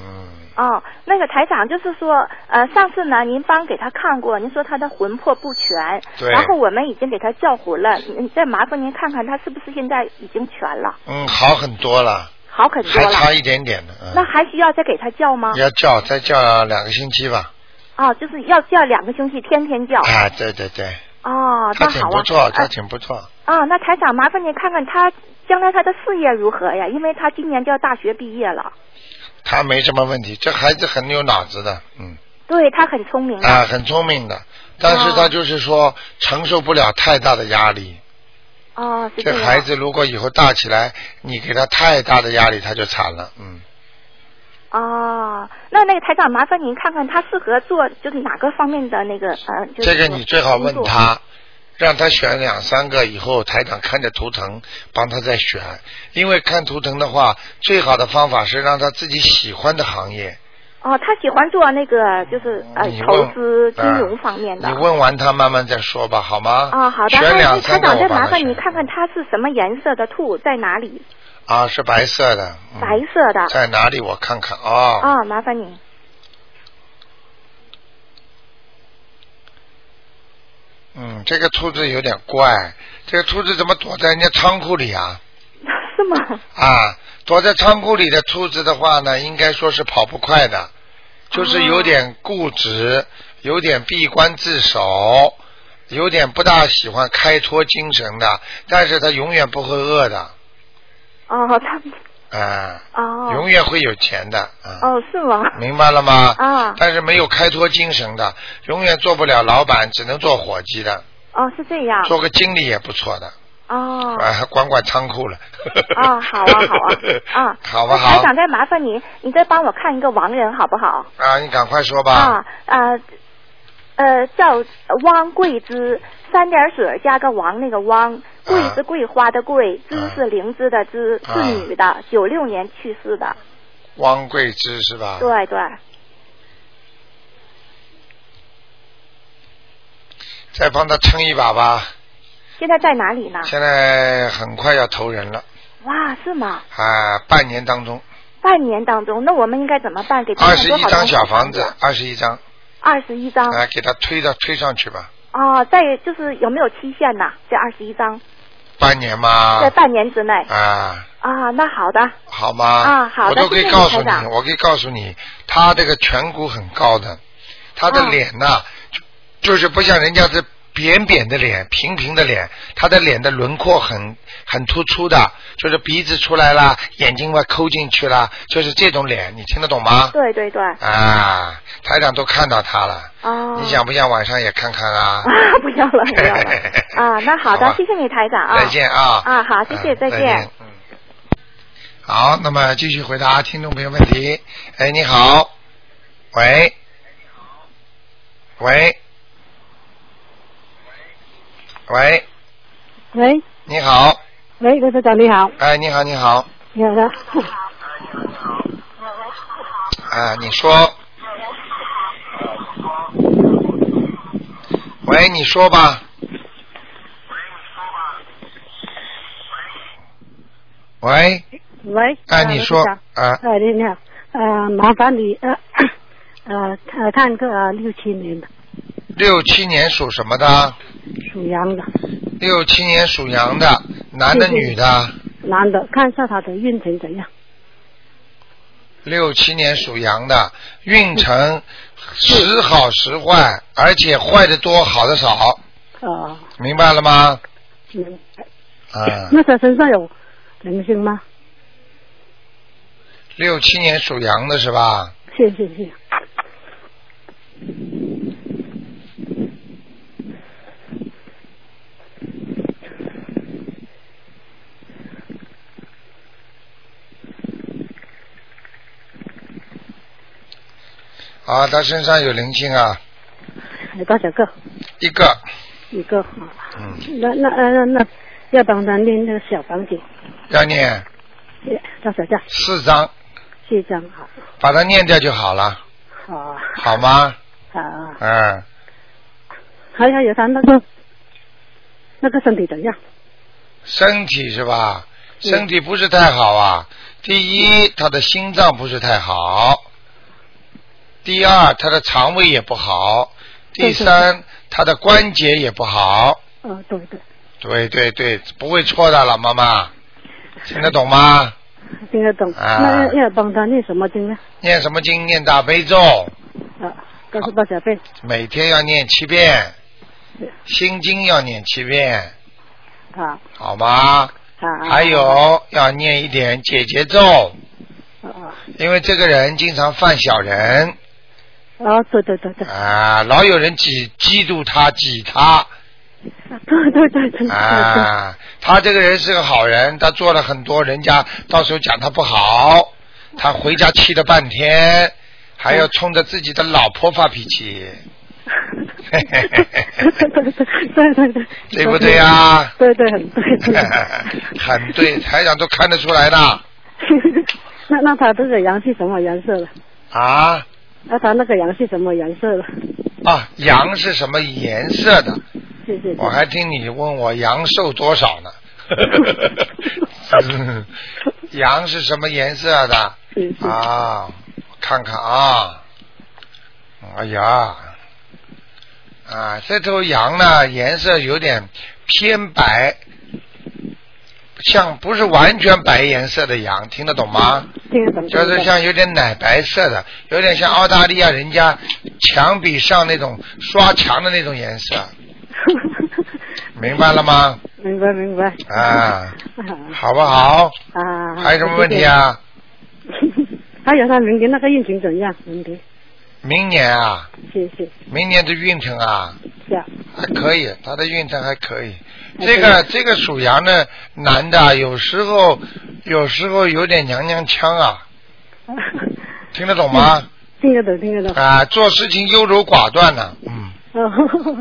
[SPEAKER 1] 嗯，
[SPEAKER 8] 哦，那个台长就是说，呃，上次呢，您帮给他看过，您说他的魂魄不全，
[SPEAKER 1] 对
[SPEAKER 8] 然后我们已经给他叫魂了，你再麻烦您看看他是不是现在已经全了，
[SPEAKER 1] 嗯，好很多了，
[SPEAKER 8] 好很多
[SPEAKER 1] 还差
[SPEAKER 8] 了。
[SPEAKER 1] 一点点呢，嗯
[SPEAKER 8] 那，还需要再给他叫吗？
[SPEAKER 1] 要叫再叫两个星期吧，
[SPEAKER 8] 哦，就是要叫两个星期，天天叫。
[SPEAKER 1] 啊，对对对，
[SPEAKER 8] 哦，
[SPEAKER 1] 他
[SPEAKER 8] 那
[SPEAKER 1] 挺
[SPEAKER 8] 好
[SPEAKER 1] 不
[SPEAKER 8] 啊。
[SPEAKER 1] 错，他
[SPEAKER 8] 啊
[SPEAKER 1] 挺不错，
[SPEAKER 8] 啊，那台长，麻烦您看看他将来他的事业如何呀？因为他今年就要大学毕业了，
[SPEAKER 1] 他没什么问题，这孩子很有脑子的，嗯，
[SPEAKER 8] 对他很聪明啊。
[SPEAKER 1] 啊，很聪明的，但是他就是说承受不了太大的压力。
[SPEAKER 8] 哦，是
[SPEAKER 1] 这
[SPEAKER 8] 样。
[SPEAKER 1] 孩子如果以后大起来，你给他太大的压力，他就惨了，嗯。
[SPEAKER 8] 哦，那那个台长，麻烦您看看他适合做就是哪个方面的那个呃，就
[SPEAKER 1] 这
[SPEAKER 8] 是
[SPEAKER 1] 个你最好问
[SPEAKER 8] 工作。
[SPEAKER 1] 他，让他选两三个，以后台长看着图腾帮他再选，因为看图腾的话，最好的方法是让他自己喜欢的行业。
[SPEAKER 8] 哦，他喜欢做那个就是呃
[SPEAKER 1] 你
[SPEAKER 8] 投
[SPEAKER 1] 问
[SPEAKER 8] 资金
[SPEAKER 1] 啊
[SPEAKER 8] 融方面的。
[SPEAKER 1] 你问完他慢慢再说吧，好吗？
[SPEAKER 8] 啊、好的。
[SPEAKER 1] 选
[SPEAKER 8] 还有
[SPEAKER 1] 两
[SPEAKER 8] 那台
[SPEAKER 1] 三个
[SPEAKER 8] 长，
[SPEAKER 1] 我
[SPEAKER 8] 再
[SPEAKER 1] 帮
[SPEAKER 8] 麻
[SPEAKER 1] 他
[SPEAKER 8] 烦你
[SPEAKER 1] 选
[SPEAKER 8] 看看他是什么颜色的兔，在哪里？
[SPEAKER 1] 啊，是白色的。嗯
[SPEAKER 8] 白色的。
[SPEAKER 1] 在哪里？我看看哦。
[SPEAKER 8] 啊、麻烦你。
[SPEAKER 1] 嗯，这个兔子有点怪，这个兔子怎么躲在人家仓库里啊？
[SPEAKER 8] 是吗？
[SPEAKER 1] 啊，躲在仓库里的兔子的话呢，应该说是跑不快的，就是有点固执，有点闭关自守，有点不大喜欢开拓精神的，但是它永远不会饿的，
[SPEAKER 8] 哦，他
[SPEAKER 1] 啊，
[SPEAKER 8] 哦
[SPEAKER 1] 永远会有钱的，啊，
[SPEAKER 8] 哦是吗？
[SPEAKER 1] 明白了吗？
[SPEAKER 8] 啊
[SPEAKER 1] 但是没有开拓精神的，永远做不了老板，只能做伙计的，
[SPEAKER 8] 哦是这样。
[SPEAKER 1] 做个经理也不错的。
[SPEAKER 8] 哦。
[SPEAKER 1] 啊，管管仓库了。
[SPEAKER 8] 哦，好啊，好 啊，啊，
[SPEAKER 1] 好不
[SPEAKER 8] 那台
[SPEAKER 1] 好？
[SPEAKER 8] 长，再麻烦你，你再帮我看一个亡人好不好？
[SPEAKER 1] 啊，你赶快说吧。
[SPEAKER 8] 啊，呃，呃，叫汪桂枝，三点水加个王，那个汪，桂是桂花的桂，枝是灵芝的枝，
[SPEAKER 1] 啊
[SPEAKER 8] 是女的，九六年去世的，
[SPEAKER 1] 汪桂枝是吧？。
[SPEAKER 8] 对对，
[SPEAKER 1] 再帮他撑一把吧，
[SPEAKER 8] 现在在哪里呢？
[SPEAKER 1] 现在很快要投人了
[SPEAKER 8] 哇，是吗？
[SPEAKER 1] 啊，半年当中，
[SPEAKER 8] 半年当中，那我们应该怎么办？给他
[SPEAKER 1] 二
[SPEAKER 8] 们
[SPEAKER 1] 十
[SPEAKER 8] 多
[SPEAKER 1] 一
[SPEAKER 8] 少
[SPEAKER 1] 张小房
[SPEAKER 8] 子？
[SPEAKER 1] 子，二十一张，
[SPEAKER 8] 二十一张。
[SPEAKER 1] 啊，给他推到推上去吧，
[SPEAKER 8] 哦，在就是有没有期限呢？这二十一张，
[SPEAKER 1] 半年嘛
[SPEAKER 8] 在，半年之内。
[SPEAKER 1] 啊，
[SPEAKER 8] 啊，那好的。
[SPEAKER 1] 好吗？
[SPEAKER 8] 啊好的
[SPEAKER 1] 我都可以
[SPEAKER 8] 谢谢
[SPEAKER 1] 告诉你，
[SPEAKER 8] 台长
[SPEAKER 1] 我可以告诉你，他这个颧骨很高的，他的
[SPEAKER 8] 啊
[SPEAKER 1] 脸呐、就就是不像人家这扁扁的脸，平平的脸，他的脸的轮廓很很突出的，就是鼻子出来啦，眼睛快抠进去啦，就是这种脸，你听得懂吗？
[SPEAKER 8] 对对对，
[SPEAKER 1] 啊，台长都看到他了，
[SPEAKER 8] 哦，
[SPEAKER 1] 你想不想晚上也看看啊？
[SPEAKER 8] 啊， 不要了，不 要了啊，那好的，
[SPEAKER 1] 好吧
[SPEAKER 8] 谢谢你台长啊，
[SPEAKER 1] 再见啊！
[SPEAKER 8] 啊，好，谢谢，
[SPEAKER 1] 嗯再
[SPEAKER 8] 见。
[SPEAKER 1] 嗯，好，那么继续回答听众朋友问题。哎，你好，喂，喂，喂，
[SPEAKER 9] 喂
[SPEAKER 1] 你好，
[SPEAKER 9] 喂，刘科长你好，
[SPEAKER 1] 哎，你好，你好，
[SPEAKER 9] 你好的，
[SPEAKER 1] 啊，你说，喂，你说吧。喂，
[SPEAKER 9] 喂，
[SPEAKER 1] 哎，
[SPEAKER 9] 呃
[SPEAKER 1] 你说
[SPEAKER 9] 刘科长
[SPEAKER 1] 啊，
[SPEAKER 9] 哎，你你好，呃，麻烦你呃呃呃看个呃六七年的
[SPEAKER 1] 六七年属什么的？
[SPEAKER 9] 属羊的
[SPEAKER 1] 六七年属羊的，男的
[SPEAKER 9] 谢谢
[SPEAKER 1] 女的？
[SPEAKER 9] 男的，看一下他的运程怎样？
[SPEAKER 1] 六七年属羊的，运程时好时坏，而且坏的多，好的少，
[SPEAKER 9] 呃，
[SPEAKER 1] 明白了吗？
[SPEAKER 9] 嗯
[SPEAKER 1] 啊、
[SPEAKER 9] 那他身上有灵性吗？
[SPEAKER 1] 六七年属羊的是吧？
[SPEAKER 9] 谢谢谢谢，
[SPEAKER 1] 啊，他身上有灵性啊，
[SPEAKER 9] 有多少个？
[SPEAKER 1] 一个，
[SPEAKER 9] 一个啊，
[SPEAKER 1] 嗯，
[SPEAKER 9] 那那呃那那要帮他念那个小房子，
[SPEAKER 1] 要念
[SPEAKER 9] 呃多少张？
[SPEAKER 1] 四张，
[SPEAKER 9] 四张啊，
[SPEAKER 1] 把它念掉就好了，
[SPEAKER 9] 好
[SPEAKER 1] 好吗？
[SPEAKER 9] 啊，
[SPEAKER 1] 嗯，
[SPEAKER 9] 还有有他那个那个身体怎样？
[SPEAKER 1] 身体是吧？身体不是太好啊。第一，他的心脏不是太好；第二，他的肠胃也不好；第
[SPEAKER 9] 对对对
[SPEAKER 1] 三，他的关节也不好。
[SPEAKER 9] 呃，对对，
[SPEAKER 1] 对对对，不会错的了，妈妈，听得懂吗？
[SPEAKER 9] 听得懂。
[SPEAKER 1] 啊
[SPEAKER 9] 那要要帮他念什么经呢？
[SPEAKER 1] 念什么经？念大悲咒，
[SPEAKER 9] 啊，告诉大小贝，
[SPEAKER 1] 每天要念七遍，心经要念七遍，
[SPEAKER 9] 啊
[SPEAKER 1] 好吗？
[SPEAKER 9] 啊。
[SPEAKER 1] 还有要念一点解结咒，
[SPEAKER 9] 啊啊，
[SPEAKER 1] 因为这个人经常犯小人。
[SPEAKER 9] 啊，对对对对，
[SPEAKER 1] 啊，老有人挤嫉妒他，挤他
[SPEAKER 9] 对对对对对对，
[SPEAKER 1] 啊。他这个人是个好人，他做了很多，人家到时候讲他不好，他回家气了半天，还要冲着自己的老婆发脾气，嘿嘿嘿嘿嘿
[SPEAKER 9] 对 对对对，
[SPEAKER 1] 对不对啊？
[SPEAKER 9] 对对很对 对。
[SPEAKER 1] 很对，台长都看得出来的
[SPEAKER 9] 那那他这个阳气什么颜色了？
[SPEAKER 1] 啊
[SPEAKER 9] 那他那个阳气什么颜色了？
[SPEAKER 1] 啊！羊是什么颜色的？
[SPEAKER 9] 谢谢。
[SPEAKER 1] 我还听你问我阳寿多少 呢？ 羊是什么颜色的？
[SPEAKER 9] 是是
[SPEAKER 1] 啊，我看看啊，哎呀，啊，这头羊呢颜色有点偏白，像不是完全白颜色的羊，听得懂吗？
[SPEAKER 9] 听得懂。
[SPEAKER 1] 就
[SPEAKER 9] 听得
[SPEAKER 1] 是
[SPEAKER 9] 懂
[SPEAKER 1] 像有点奶白色的，有点像澳大利亚人家墙壁上那种刷墙的那种颜 色，明白了吗？
[SPEAKER 9] 明白明白。
[SPEAKER 1] 啊，
[SPEAKER 9] 啊
[SPEAKER 1] 好不好？
[SPEAKER 9] 啊。
[SPEAKER 1] 还有什么问题啊？
[SPEAKER 9] 谢谢？还有他明天那个运程怎样？明天，
[SPEAKER 1] 明年啊，
[SPEAKER 9] 谢谢。
[SPEAKER 1] 明年的运程啊，
[SPEAKER 9] 是啊，
[SPEAKER 1] 还可以，他的运程还可以。
[SPEAKER 9] 还可以
[SPEAKER 1] 这个这个属羊的男的啊，有时候有时候有点娘娘腔啊，听得懂吗？
[SPEAKER 9] 听得懂，听得懂。
[SPEAKER 1] 啊，做事情优柔寡断呢、嗯，啊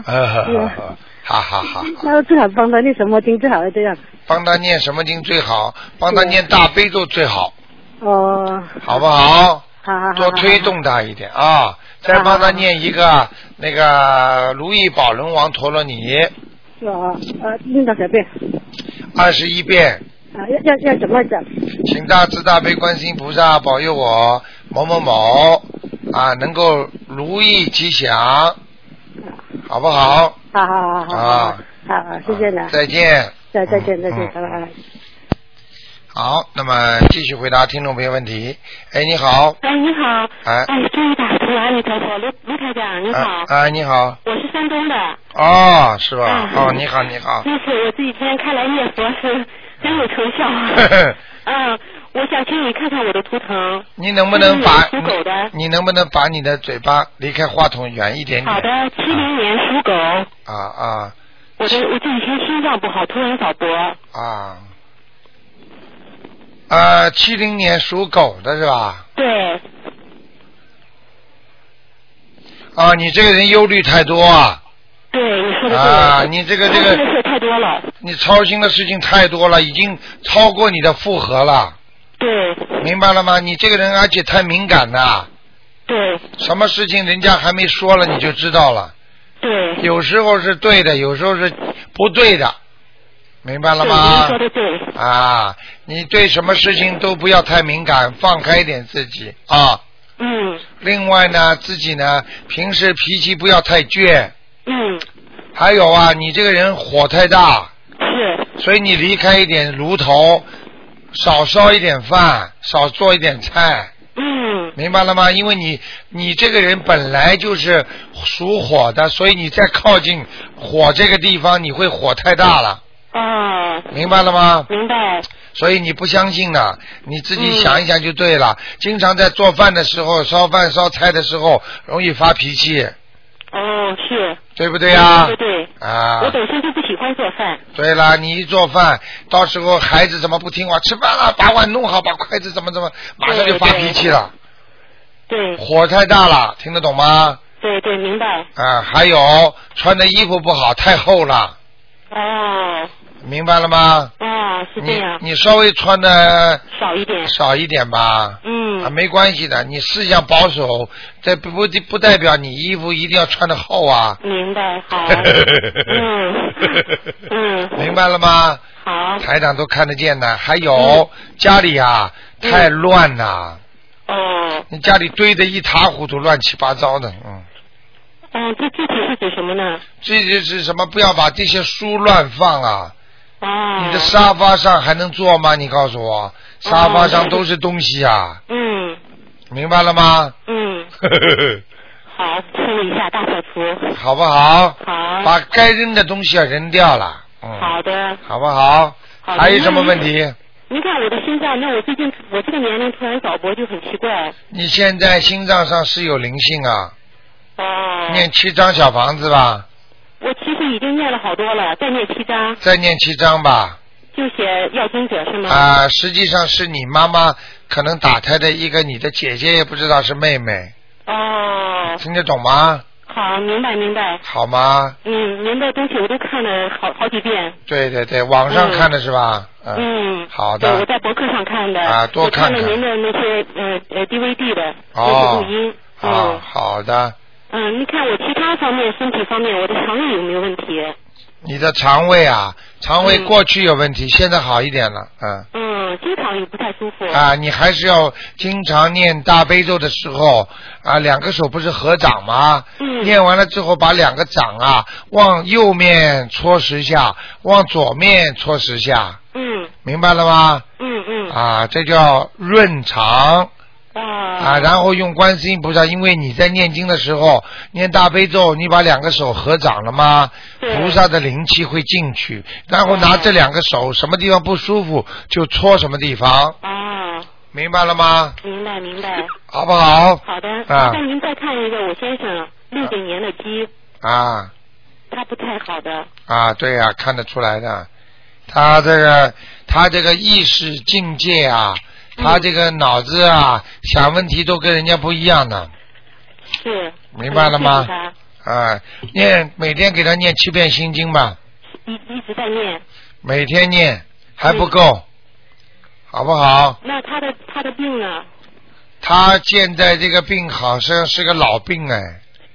[SPEAKER 9] 哦，
[SPEAKER 1] 哈哈哈哈，
[SPEAKER 9] 那最好帮他念什么经最好这样。
[SPEAKER 1] 帮他念什么经最好？帮他念大悲咒最好，
[SPEAKER 9] 哦，
[SPEAKER 1] 好不好？
[SPEAKER 9] 好好好。
[SPEAKER 1] 多推动他一点啊，再帮他念一个那个《如意宝轮王陀罗尼》
[SPEAKER 9] 哦，呃，念到小便
[SPEAKER 1] 二十一遍，
[SPEAKER 9] 啊，要要要怎么讲？
[SPEAKER 1] 请大慈大悲观世音菩萨保佑我某某某啊，能够如意吉祥，好不好？
[SPEAKER 9] 好好好好好
[SPEAKER 1] 啊，
[SPEAKER 9] 好，谢谢你啊，
[SPEAKER 1] 再见。
[SPEAKER 9] 再再见再见，
[SPEAKER 1] 嗯
[SPEAKER 9] 拜拜。
[SPEAKER 1] 好，那么继续回答听众朋友问题。哎，你好，
[SPEAKER 10] 哎，你好。
[SPEAKER 1] 哎
[SPEAKER 10] 哎，终于打通了，阿弥陀佛，卢卢台长，你好。
[SPEAKER 1] 哎，你好，
[SPEAKER 10] 我是山东的。
[SPEAKER 1] 哦，是吧？
[SPEAKER 10] 嗯
[SPEAKER 1] 哦，你好，你好，
[SPEAKER 10] 那是我这几天看来念佛是真有成效。 嗯，我想请你看看我的图腾。
[SPEAKER 1] 你能不能把
[SPEAKER 10] 是属狗的？
[SPEAKER 1] 你能不能把你的嘴巴离开话筒远一点点？
[SPEAKER 10] 好的，七零年属狗。
[SPEAKER 1] 啊啊
[SPEAKER 10] 我的我这几天心脏不好，突然早搏。
[SPEAKER 1] 啊！呃，七零年属狗的是吧？
[SPEAKER 10] 对，
[SPEAKER 1] 啊，你这个人忧虑太多啊！
[SPEAKER 10] 对，你说的对。
[SPEAKER 1] 啊，你这个这
[SPEAKER 10] 操心的
[SPEAKER 1] 个，
[SPEAKER 10] 事太多了。
[SPEAKER 1] 你操心的事情太多了，已经超过你的负荷了。
[SPEAKER 10] 对
[SPEAKER 1] 明白了吗？你这个人而且太敏感了，
[SPEAKER 10] 对
[SPEAKER 1] 什么事情人家还没说了你就知道了，
[SPEAKER 10] 对。
[SPEAKER 1] 有时候是对的，有时候是不对的，明白了吗
[SPEAKER 10] 对您？说的对。
[SPEAKER 1] 啊，你对什么事情都不要太敏感，放开一点自己啊。
[SPEAKER 10] 嗯
[SPEAKER 1] 另外呢，自己呢平时脾气不要太倔，
[SPEAKER 10] 嗯，
[SPEAKER 1] 还有啊，你这个人火太大，
[SPEAKER 10] 是
[SPEAKER 1] 所以你离开一点炉头，少烧一点饭，少做一点菜。
[SPEAKER 10] 嗯
[SPEAKER 1] 明白了吗？因为你你这个人本来就是属火的，所以你再靠近火这个地方，你会火太大了，
[SPEAKER 10] 啊，
[SPEAKER 1] 明白了吗？
[SPEAKER 10] 明白。嗯
[SPEAKER 1] 所以你不相信呢，你自己想一想就对了。经常在做饭的时候、烧饭、烧菜的时候，容易发脾气，
[SPEAKER 10] 哦，是。
[SPEAKER 1] 对不对呀
[SPEAKER 10] 嗯对对。
[SPEAKER 1] 啊
[SPEAKER 10] 我，本身就不喜欢做饭。
[SPEAKER 1] 对了，你一做饭，到时候孩子怎么不听话？吃饭了，把碗弄好，把筷子怎么怎么，马上就发脾气了，
[SPEAKER 10] 对
[SPEAKER 1] 火太大了，听得懂吗？
[SPEAKER 10] 对对，明白。
[SPEAKER 1] 啊，还有穿的衣服不好，太厚了，
[SPEAKER 10] 哦
[SPEAKER 1] 明白了吗？
[SPEAKER 10] 哦，是这
[SPEAKER 1] 你
[SPEAKER 10] 样，
[SPEAKER 1] 你稍微穿的
[SPEAKER 10] 少一点。
[SPEAKER 1] 少一点吧，
[SPEAKER 10] 嗯
[SPEAKER 1] 啊，，没关系的。你思想保守，这不不不代表你衣服一定要穿的厚啊。。
[SPEAKER 10] 明白，好 嗯嗯，
[SPEAKER 1] 明白了吗？
[SPEAKER 10] 好。嗯
[SPEAKER 1] 台长都看得见的。还有家里啊，太乱了，
[SPEAKER 10] 哦，
[SPEAKER 1] 你家里堆得一塌糊涂，乱七八糟的，嗯。
[SPEAKER 10] 嗯，这具体是指什么呢？
[SPEAKER 1] 这就是什么？不要把这些书乱放啊！
[SPEAKER 10] 哦。
[SPEAKER 1] 你的沙发上还能坐吗？你告诉我，沙发上都是东西啊，
[SPEAKER 10] 嗯
[SPEAKER 1] 明白了吗？
[SPEAKER 10] 嗯，好，清理一下大扫除。
[SPEAKER 1] 好不好？
[SPEAKER 10] 好。
[SPEAKER 1] 把该扔的东西要扔掉了，嗯，
[SPEAKER 10] 好的。
[SPEAKER 1] 好不好？
[SPEAKER 10] 好的
[SPEAKER 1] 还有什么问题？
[SPEAKER 10] 您看我的心脏，那我最近我这个年龄突然早搏就很奇怪。
[SPEAKER 1] 你现在心脏上是有灵性啊，
[SPEAKER 10] 哦。
[SPEAKER 1] 念七张小房子吧，
[SPEAKER 10] 我其实已经念了好多了，再念七章
[SPEAKER 1] 再念七张吧。
[SPEAKER 10] 就写要经者是吗？
[SPEAKER 1] 啊、实际上是你妈妈可能打胎的一个你的姐姐，也不知道是妹妹，
[SPEAKER 10] 哦，
[SPEAKER 1] 听得懂吗？
[SPEAKER 10] 好，明白明白。
[SPEAKER 1] 好吗？
[SPEAKER 10] 嗯，您的东西我都看了好好几遍。
[SPEAKER 1] 对对对，网上
[SPEAKER 10] 嗯
[SPEAKER 1] 看的是吧？嗯。
[SPEAKER 10] 嗯，
[SPEAKER 1] 好
[SPEAKER 10] 对，我
[SPEAKER 1] 的，
[SPEAKER 10] 在博客上看的。
[SPEAKER 1] 啊多
[SPEAKER 10] 我看
[SPEAKER 1] 看
[SPEAKER 10] 了
[SPEAKER 1] 看
[SPEAKER 10] 您的那些呃呃 DVD 的，
[SPEAKER 1] 哦
[SPEAKER 10] 就是录音。
[SPEAKER 1] 啊，好的。
[SPEAKER 10] 嗯嗯，你看我其他方面，身体方面，我的肠胃有没有问题？
[SPEAKER 1] 你的肠胃啊，肠胃
[SPEAKER 10] 嗯
[SPEAKER 1] 过去有问题，现在好一点了，嗯。
[SPEAKER 10] 嗯，经常也不太舒服。
[SPEAKER 1] 啊，你还是要经常念大悲咒的时候啊，两个手不是合掌吗？
[SPEAKER 10] 嗯
[SPEAKER 1] 念完了之后，把两个掌啊往右面搓十下，往左面搓十下，
[SPEAKER 10] 嗯
[SPEAKER 1] 明白了吗？
[SPEAKER 10] 嗯嗯。
[SPEAKER 1] 啊，这叫润肠。
[SPEAKER 10] 啊
[SPEAKER 1] 啊，然后用观世音菩萨，因为你在念经的时候念大悲咒，你把两个手合掌了吗？
[SPEAKER 10] 对
[SPEAKER 1] 菩萨的灵气会进去，然后拿这两个手，什么地方不舒服就搓什么地方，
[SPEAKER 10] 啊，
[SPEAKER 1] 明白了吗？
[SPEAKER 10] 明白明白。
[SPEAKER 1] 好不好？
[SPEAKER 10] 好的，
[SPEAKER 1] 啊
[SPEAKER 10] 那您再看一个我先生六九年的鸡，
[SPEAKER 1] 啊
[SPEAKER 10] 他不太好的。
[SPEAKER 1] 啊，对呀、看得出来的，他这个他这个意识境界啊，
[SPEAKER 10] 嗯
[SPEAKER 1] 他这个脑子啊，想问题都跟人家不一样的。
[SPEAKER 10] 是。
[SPEAKER 1] 明白了吗
[SPEAKER 10] 嗯谢谢他
[SPEAKER 1] 啊，念每天给他念七遍心经吧。
[SPEAKER 10] 一一直在念，
[SPEAKER 1] 每天念还不
[SPEAKER 10] 嗯
[SPEAKER 1] 够，好不好？
[SPEAKER 10] 那他的他的病呢？
[SPEAKER 1] 他现在这个病好像是个老病哎，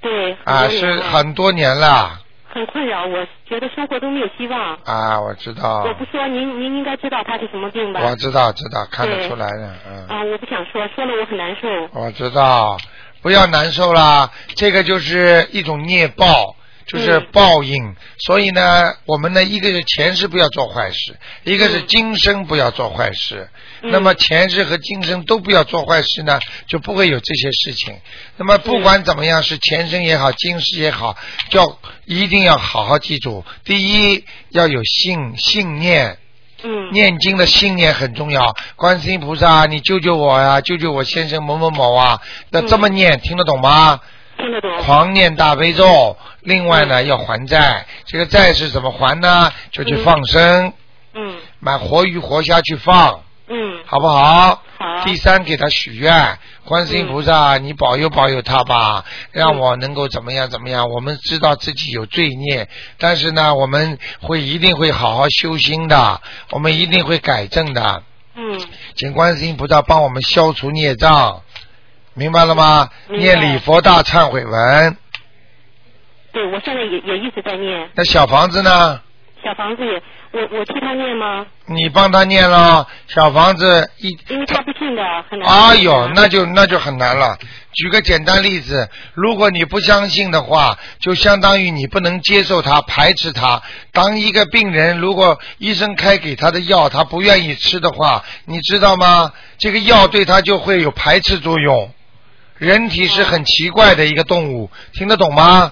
[SPEAKER 10] 对，
[SPEAKER 1] 啊，
[SPEAKER 10] 很多年
[SPEAKER 1] 是
[SPEAKER 10] 了
[SPEAKER 1] 很多年了
[SPEAKER 10] 很困扰，我觉得生活都没有希望。
[SPEAKER 1] 啊，我知道
[SPEAKER 10] 我，不说，您您应该知道他是什么病吧？
[SPEAKER 1] 我知道，知道，看得
[SPEAKER 10] 对
[SPEAKER 1] 出来的，嗯，
[SPEAKER 10] 啊，我不想说，说了我很难受。
[SPEAKER 1] 哦我知道，不要难受啦，这个就是一种孽报，就是报应。所以呢，我们呢，一个是前世不要做坏事，一个是今生不要做坏事。那么前世和今生都不要做坏事呢，就不会有这些事情。那么不管怎么样，是前生也好，今世也好，要一定要好好记住。第一，要有信信念。
[SPEAKER 10] 嗯，
[SPEAKER 1] 念经的信念很重要。观世音菩萨，你救救我呀、救救我先生某某某啊！那这么念，听得懂吗？
[SPEAKER 10] 听得懂。
[SPEAKER 1] 狂念大悲咒。另外呢，要还债。这个债是怎么还呢？就去放生，
[SPEAKER 10] 嗯
[SPEAKER 1] 买活鱼活虾去放，
[SPEAKER 10] 嗯，
[SPEAKER 1] 好不好？
[SPEAKER 10] 好。嗯
[SPEAKER 1] 第三，给他许愿，观世音菩萨，你保佑保佑他吧，让我能够怎么样怎么样。我们知道自己有罪孽，但是呢，我们会一定会好好修心的，我们一定会改正的。
[SPEAKER 10] 嗯
[SPEAKER 1] 请观世音菩萨帮我们消除孽障，明白了吗？
[SPEAKER 10] 明白
[SPEAKER 1] 念礼佛大忏悔文。
[SPEAKER 10] 对我现在也也一直在念
[SPEAKER 1] 那小房子呢？
[SPEAKER 10] 小房子也，我我替他念吗？
[SPEAKER 1] 你帮他念了，小房子一
[SPEAKER 10] 因为他不信的，很难。
[SPEAKER 1] 哎呦，那就那就很难了。举个简单例子，如果你不相信的话，就相当于你不能接受它、排斥它。当一个病人如果医生开给他的药，他不愿意吃的话，你知道吗？这个药对他就会有排斥作用。人体是很奇怪的一个动物，听得懂吗？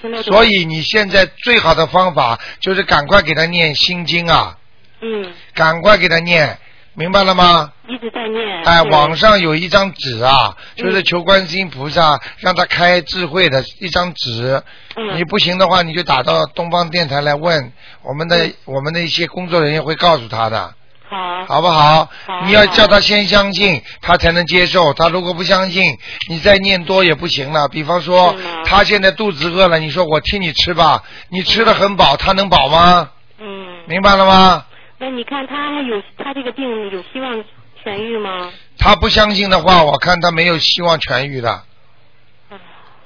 [SPEAKER 10] 听得懂
[SPEAKER 1] 所以你现在最好的方法就是赶快给他念心经啊，
[SPEAKER 10] 嗯，
[SPEAKER 1] 赶快给他念，明白了吗？
[SPEAKER 10] 一直在念。
[SPEAKER 1] 哎，
[SPEAKER 10] 对
[SPEAKER 1] 网上有一张纸啊，
[SPEAKER 10] 嗯
[SPEAKER 1] 就是求观世音菩萨让他开智慧的一张纸。
[SPEAKER 10] 嗯
[SPEAKER 1] 你不行的话，你就打到东方电台来问我们的我们的一些工作人员会告诉他的，
[SPEAKER 10] 嗯好，
[SPEAKER 1] 好不好？
[SPEAKER 10] 好
[SPEAKER 1] 你要叫他先相信，他才能接受。他如果不相信，你再念多也不行了。比方说，他现在肚子饿了，你说我替你吃吧，你吃的很饱，他能饱吗？
[SPEAKER 10] 嗯，
[SPEAKER 1] 明白了吗？
[SPEAKER 10] 那你看他还有他这个病有希望痊愈吗？
[SPEAKER 1] 他不相信的话，我看他没有希望痊愈的。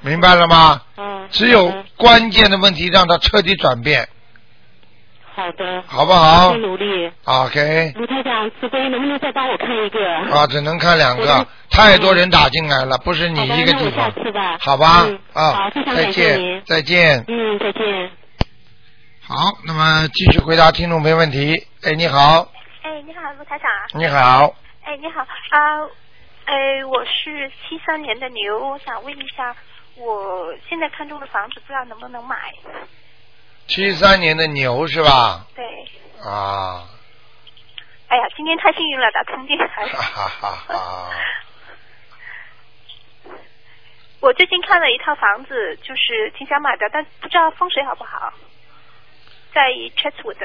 [SPEAKER 1] 明白了吗？
[SPEAKER 10] 嗯，
[SPEAKER 1] 只有
[SPEAKER 10] 好的
[SPEAKER 1] 关键的问题让他彻底转变。
[SPEAKER 10] 好的，
[SPEAKER 1] 好不好
[SPEAKER 10] 我会努力。
[SPEAKER 1] OK，
[SPEAKER 10] 卢台长，慈悲，能不能再帮我看一个？
[SPEAKER 1] 啊，只能看两
[SPEAKER 10] 我
[SPEAKER 1] 个，太多人打进来了，不是你一个
[SPEAKER 10] 好吧那
[SPEAKER 1] 地
[SPEAKER 10] 我
[SPEAKER 1] 方
[SPEAKER 10] 下次吧，
[SPEAKER 1] 好吧
[SPEAKER 10] 嗯？
[SPEAKER 1] 啊
[SPEAKER 10] 好非，常
[SPEAKER 1] 再
[SPEAKER 10] 感谢
[SPEAKER 1] 见
[SPEAKER 10] 您，
[SPEAKER 1] 再见。
[SPEAKER 10] 嗯，再见。
[SPEAKER 1] 好，那么继续回答听众朋友问题。哎，你好，
[SPEAKER 11] 哎，你好，卢台长。
[SPEAKER 1] 你。好，
[SPEAKER 11] 哎，你好啊、哎，我是七三年的牛，我想问一下，我现在看中的房子，不知道能不能买？
[SPEAKER 1] 七三年的牛是吧？
[SPEAKER 11] 对，
[SPEAKER 1] 啊，
[SPEAKER 11] 哎呀，今天太幸运了，打通电台。
[SPEAKER 1] 哈哈哈哈，
[SPEAKER 11] 我最近看了一套房子，就是挺想买的，但不知道风水好不好。在 Chatswood，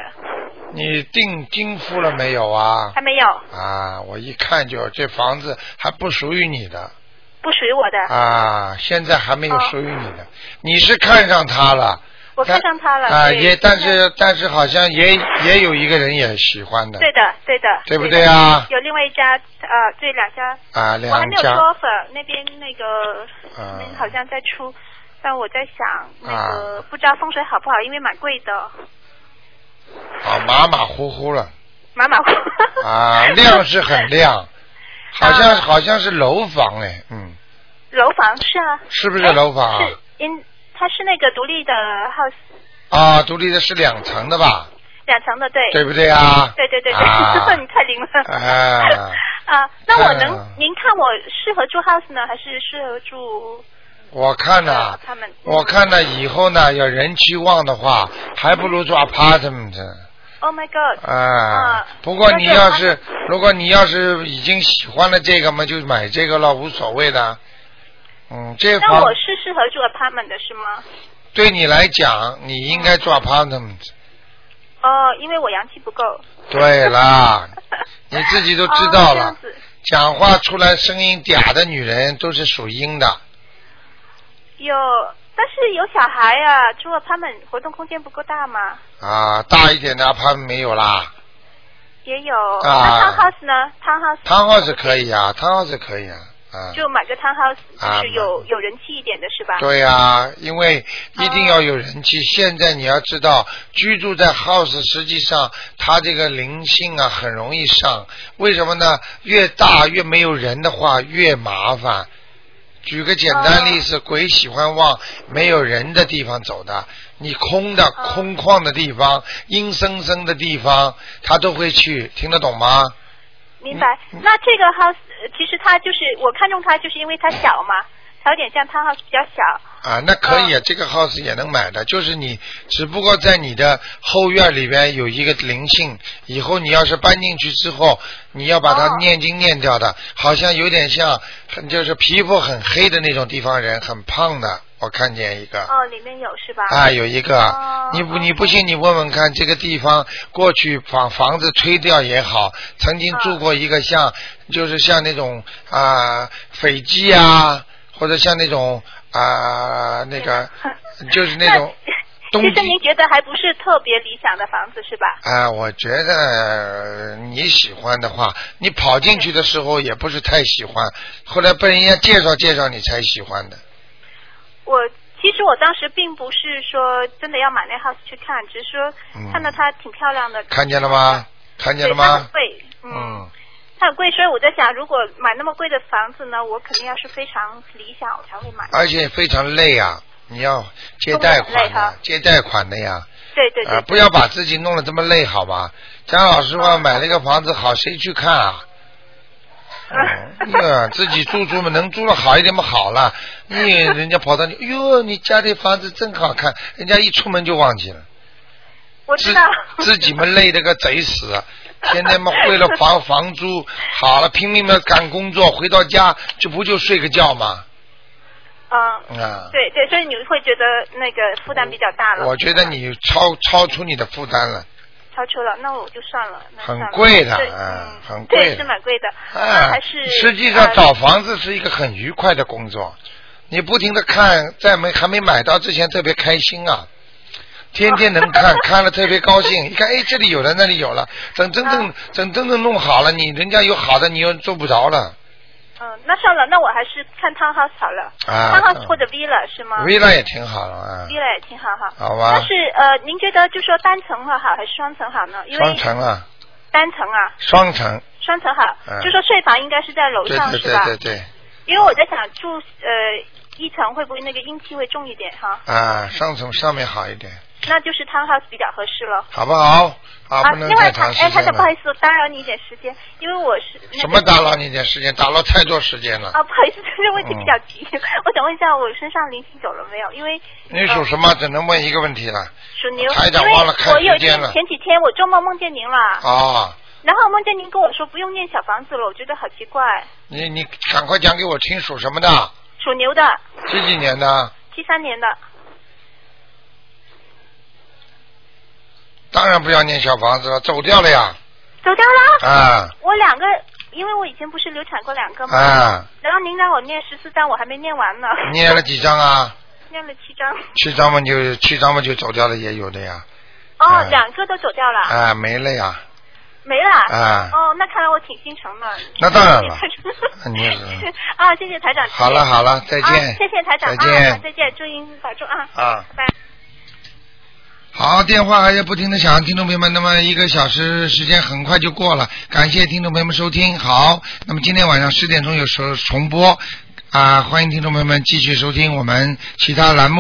[SPEAKER 1] 你定金付了没有啊？
[SPEAKER 11] 还没有，
[SPEAKER 1] 啊，我一看就这房子还不属于你的
[SPEAKER 11] 不属于我的。
[SPEAKER 1] 啊，现在还没有属于你的，你是看上他了
[SPEAKER 11] 我看上它了。
[SPEAKER 1] 啊，
[SPEAKER 11] 对
[SPEAKER 1] 也但是但是好像也也有一个人也喜欢的，
[SPEAKER 11] 对的，对的，
[SPEAKER 1] 对不
[SPEAKER 11] 的
[SPEAKER 1] 对啊
[SPEAKER 11] 有另外一家，呃，对，两家，
[SPEAKER 1] 啊，
[SPEAKER 11] 我还
[SPEAKER 1] 两
[SPEAKER 11] 没有
[SPEAKER 1] 家
[SPEAKER 11] offer，那边那个
[SPEAKER 1] 啊
[SPEAKER 11] 那好像在出，但我在想那
[SPEAKER 1] 啊
[SPEAKER 11] 个不知道风水好不好，因为蛮贵的，
[SPEAKER 1] 啊马马虎虎了
[SPEAKER 11] 马马虎。
[SPEAKER 1] 啊，亮是很
[SPEAKER 11] 啊
[SPEAKER 1] 亮，好像好像是楼房哎，嗯，
[SPEAKER 11] 楼房是啊，
[SPEAKER 1] 是不是楼房啊？
[SPEAKER 11] 是因它是那个独立的 house，
[SPEAKER 1] 啊，独立的是两层的吧？
[SPEAKER 11] 两层的，对，
[SPEAKER 1] 对不对啊
[SPEAKER 11] 对对对对，
[SPEAKER 1] 啊
[SPEAKER 11] 你太灵了。
[SPEAKER 1] 啊，
[SPEAKER 11] 啊，那我能、
[SPEAKER 1] 啊
[SPEAKER 11] 您看我适合住 house 呢，还是适合住
[SPEAKER 1] 我看呐、
[SPEAKER 11] 啊他们？
[SPEAKER 1] 我看呢，以后呢，要人气旺的话，还不如做 apartment
[SPEAKER 11] Oh my god！
[SPEAKER 1] 啊
[SPEAKER 11] 啊。
[SPEAKER 1] 不过你要是
[SPEAKER 11] 那就，
[SPEAKER 1] 如果你要是已经喜欢了这个嘛，就买这个了，无所谓的。嗯，这
[SPEAKER 11] 那
[SPEAKER 1] 房
[SPEAKER 11] 我是适合住 apartment 的是吗？
[SPEAKER 1] 对你来讲，你应该做 apartment。
[SPEAKER 11] 哦，因为我阳气不够。
[SPEAKER 1] 对啦，你自己都知道
[SPEAKER 11] 哦这
[SPEAKER 1] 了
[SPEAKER 11] 样，子
[SPEAKER 1] 讲话出来声音嗲的女人都是属阴的。
[SPEAKER 11] 有，但是有小孩啊，住 apartment 活动空间不够大嘛，
[SPEAKER 1] 啊，大一点的 apartment 没有啦，
[SPEAKER 11] 也有。
[SPEAKER 1] 啊
[SPEAKER 11] 那 townhouse 呢？townhouse
[SPEAKER 1] 汤 house 可以啊，汤 house 可以啊，啊。
[SPEAKER 11] 就买个 townhouse，
[SPEAKER 1] 啊
[SPEAKER 11] 就是有、有人气一点的是吧？
[SPEAKER 1] 对呀、因为一定要有人气。现在你要知道，居住在 house 实际上它这个灵性啊很容易上，为什么呢？越大越没有人的话越麻烦。举个简单例
[SPEAKER 11] 哦
[SPEAKER 1] 子，鬼喜欢往没有人的地方走的，你空的、
[SPEAKER 11] 哦
[SPEAKER 1] 空旷的地方、阴森森的地方，他都会去，听得懂吗？
[SPEAKER 11] 明白。
[SPEAKER 1] 嗯
[SPEAKER 11] 那这个 house 呃其实它就是我看中它，就是因为它小嘛，它有点像 town house 比较小。
[SPEAKER 1] 啊，那可以啊，这个 house 也能买的，就是你只不过在你的后院里边有一个灵性，以后你要是搬进去之后，你要把它念经念掉的，好像有点像，很就是皮肤很黑的那种地方人，很胖的，我看见一个。
[SPEAKER 11] 哦，里面有是吧？
[SPEAKER 1] 啊，有一个，你不你不
[SPEAKER 11] 哦
[SPEAKER 1] 信你问问看，这个地方过去房房子吹掉也好，曾经住过一个像，就是像那种啊斐济啊，或者像那种啊那 个，就是那种东
[SPEAKER 11] 其实
[SPEAKER 1] 京
[SPEAKER 11] 您觉得还不是特别理想的房子是吧？
[SPEAKER 1] 啊，我觉得你喜欢的话，你跑进去的时候也不是太喜欢，后来被人家介绍介绍你才喜欢的。
[SPEAKER 11] 我其实我当时并不是说真的要买那 house 去看，只是说看到它挺漂亮的。
[SPEAKER 1] 嗯看见了吗？看见了
[SPEAKER 11] 对它很
[SPEAKER 1] 吗？
[SPEAKER 11] 贵，嗯，
[SPEAKER 1] 嗯，
[SPEAKER 11] 它很贵，所以我在想，如果买那么贵的房子呢，我肯定要是非常理想，我才会买。
[SPEAKER 1] 而且非常累啊，你要接贷款的，接贷款的呀。
[SPEAKER 11] 对对对。
[SPEAKER 1] 啊，不要把自己弄得这么累，好吧？讲老实话，买了一个房子好，谁去看啊？嗯，那自己住住嘛，能住的好一点嘛，好了。 你人家跑到你，哟，你家里房子真好看，人家一出门就忘记 了，
[SPEAKER 11] 我知道，
[SPEAKER 1] 自己嘛累得个贼死，啊天天嘛为了房房租，好了拼命的赶工作，回到家就不就睡个觉吗？
[SPEAKER 11] 嗯，
[SPEAKER 1] 啊，
[SPEAKER 11] 对对，所以你会觉得那个负担比较大了。
[SPEAKER 1] 我觉得你超超出你的负担了，
[SPEAKER 11] 超出了，那我就算了。那
[SPEAKER 1] 很
[SPEAKER 11] 算了
[SPEAKER 1] 贵的，
[SPEAKER 11] 对
[SPEAKER 1] 嗯，很贵
[SPEAKER 11] 对，
[SPEAKER 1] 的
[SPEAKER 11] 是。蛮贵的，那
[SPEAKER 1] 啊，
[SPEAKER 11] 还是
[SPEAKER 1] 实际上
[SPEAKER 11] 呃
[SPEAKER 1] 找房子是一个很愉快的工作，你不停的看，在没还没买到之前特别开心啊，天天能看，看了特别高兴，一看哎这里有了那里有了，等真
[SPEAKER 11] 啊
[SPEAKER 1] 正等真正弄好了，你人家有好的你又做不着了，
[SPEAKER 11] 嗯，那算了，那我还是看 townhouse 好了。
[SPEAKER 1] 啊
[SPEAKER 11] townhouse 或者 villa 是吗
[SPEAKER 1] villa 也挺好了啊，
[SPEAKER 11] villa 也挺好哈。
[SPEAKER 1] 好吧
[SPEAKER 11] 但是呃，您觉得就说单层的好还是双层好呢？因为
[SPEAKER 1] 双层啊，
[SPEAKER 11] 单层啊，
[SPEAKER 1] 双层，
[SPEAKER 11] 双层好，
[SPEAKER 1] 嗯
[SPEAKER 11] 就说睡房应该是在楼
[SPEAKER 1] 对
[SPEAKER 11] 上
[SPEAKER 1] 对
[SPEAKER 11] 是
[SPEAKER 1] 对
[SPEAKER 11] 吧？
[SPEAKER 1] 对对，
[SPEAKER 11] 因为我在想住呃一层会不会那个阴气会重一点哈？
[SPEAKER 1] 啊，双层上面好一点，
[SPEAKER 11] 那就是 townhouse 比较合适了。
[SPEAKER 1] 好不好？啊，不能
[SPEAKER 11] 另外
[SPEAKER 1] 太长
[SPEAKER 11] 还
[SPEAKER 1] 时
[SPEAKER 11] 哎，台
[SPEAKER 1] 间
[SPEAKER 11] 长，不好
[SPEAKER 1] 了
[SPEAKER 11] 意。思，打扰你一点时间，因为我是、那个、
[SPEAKER 1] 什么打扰你一点时间？打扰太多时间了。
[SPEAKER 11] 啊，不好意思， 这个问题比较急，
[SPEAKER 1] 嗯
[SPEAKER 11] 我想问一下我身上灵性走了没有？因为呃
[SPEAKER 1] 你属什么？只能问一个问题了。
[SPEAKER 11] 属牛，
[SPEAKER 1] 台长
[SPEAKER 11] 因为
[SPEAKER 1] 忘了看
[SPEAKER 11] 我有
[SPEAKER 1] 时间
[SPEAKER 11] 点
[SPEAKER 1] 了
[SPEAKER 11] 前几天我做梦梦见您了，
[SPEAKER 1] 啊，
[SPEAKER 11] 然后梦见您跟我说不用念小房子了，我觉得好奇怪。
[SPEAKER 1] 你你赶快讲给我听，属什么的？
[SPEAKER 11] 属牛的，
[SPEAKER 1] 几几年的？
[SPEAKER 11] 七三年的，
[SPEAKER 1] 当然不要念小房子了，走掉了呀。
[SPEAKER 11] 走掉了。
[SPEAKER 1] 啊
[SPEAKER 11] 我两个，因为我以前不是流产过两个嘛。
[SPEAKER 1] 啊，
[SPEAKER 11] 然后您让我念十四章，我还没念完呢。
[SPEAKER 1] 念了几张啊？
[SPEAKER 11] 念了七章。
[SPEAKER 1] 七张嘛就七张嘛就走掉了，也有的呀。
[SPEAKER 11] 哦，
[SPEAKER 1] 啊
[SPEAKER 11] 两个都走掉了，
[SPEAKER 1] 啊，没了呀。
[SPEAKER 11] 没了。
[SPEAKER 1] 啊
[SPEAKER 11] 哦，那看来我挺心疼的。
[SPEAKER 1] 那当然了你
[SPEAKER 11] 啊，谢谢台长。
[SPEAKER 1] 好了好了再见
[SPEAKER 11] 啊谢谢台长。
[SPEAKER 1] 再见
[SPEAKER 11] 啊、再见，祝您保重啊。
[SPEAKER 1] 啊。
[SPEAKER 11] 拜。
[SPEAKER 1] 好，电话还在不停的响，听众朋友们，那么一个小时时间很快就过了，感谢听众朋友们收听。好，那么今天晚上十点钟有时重播，啊、欢迎听众朋友们继续收听我们其他栏目。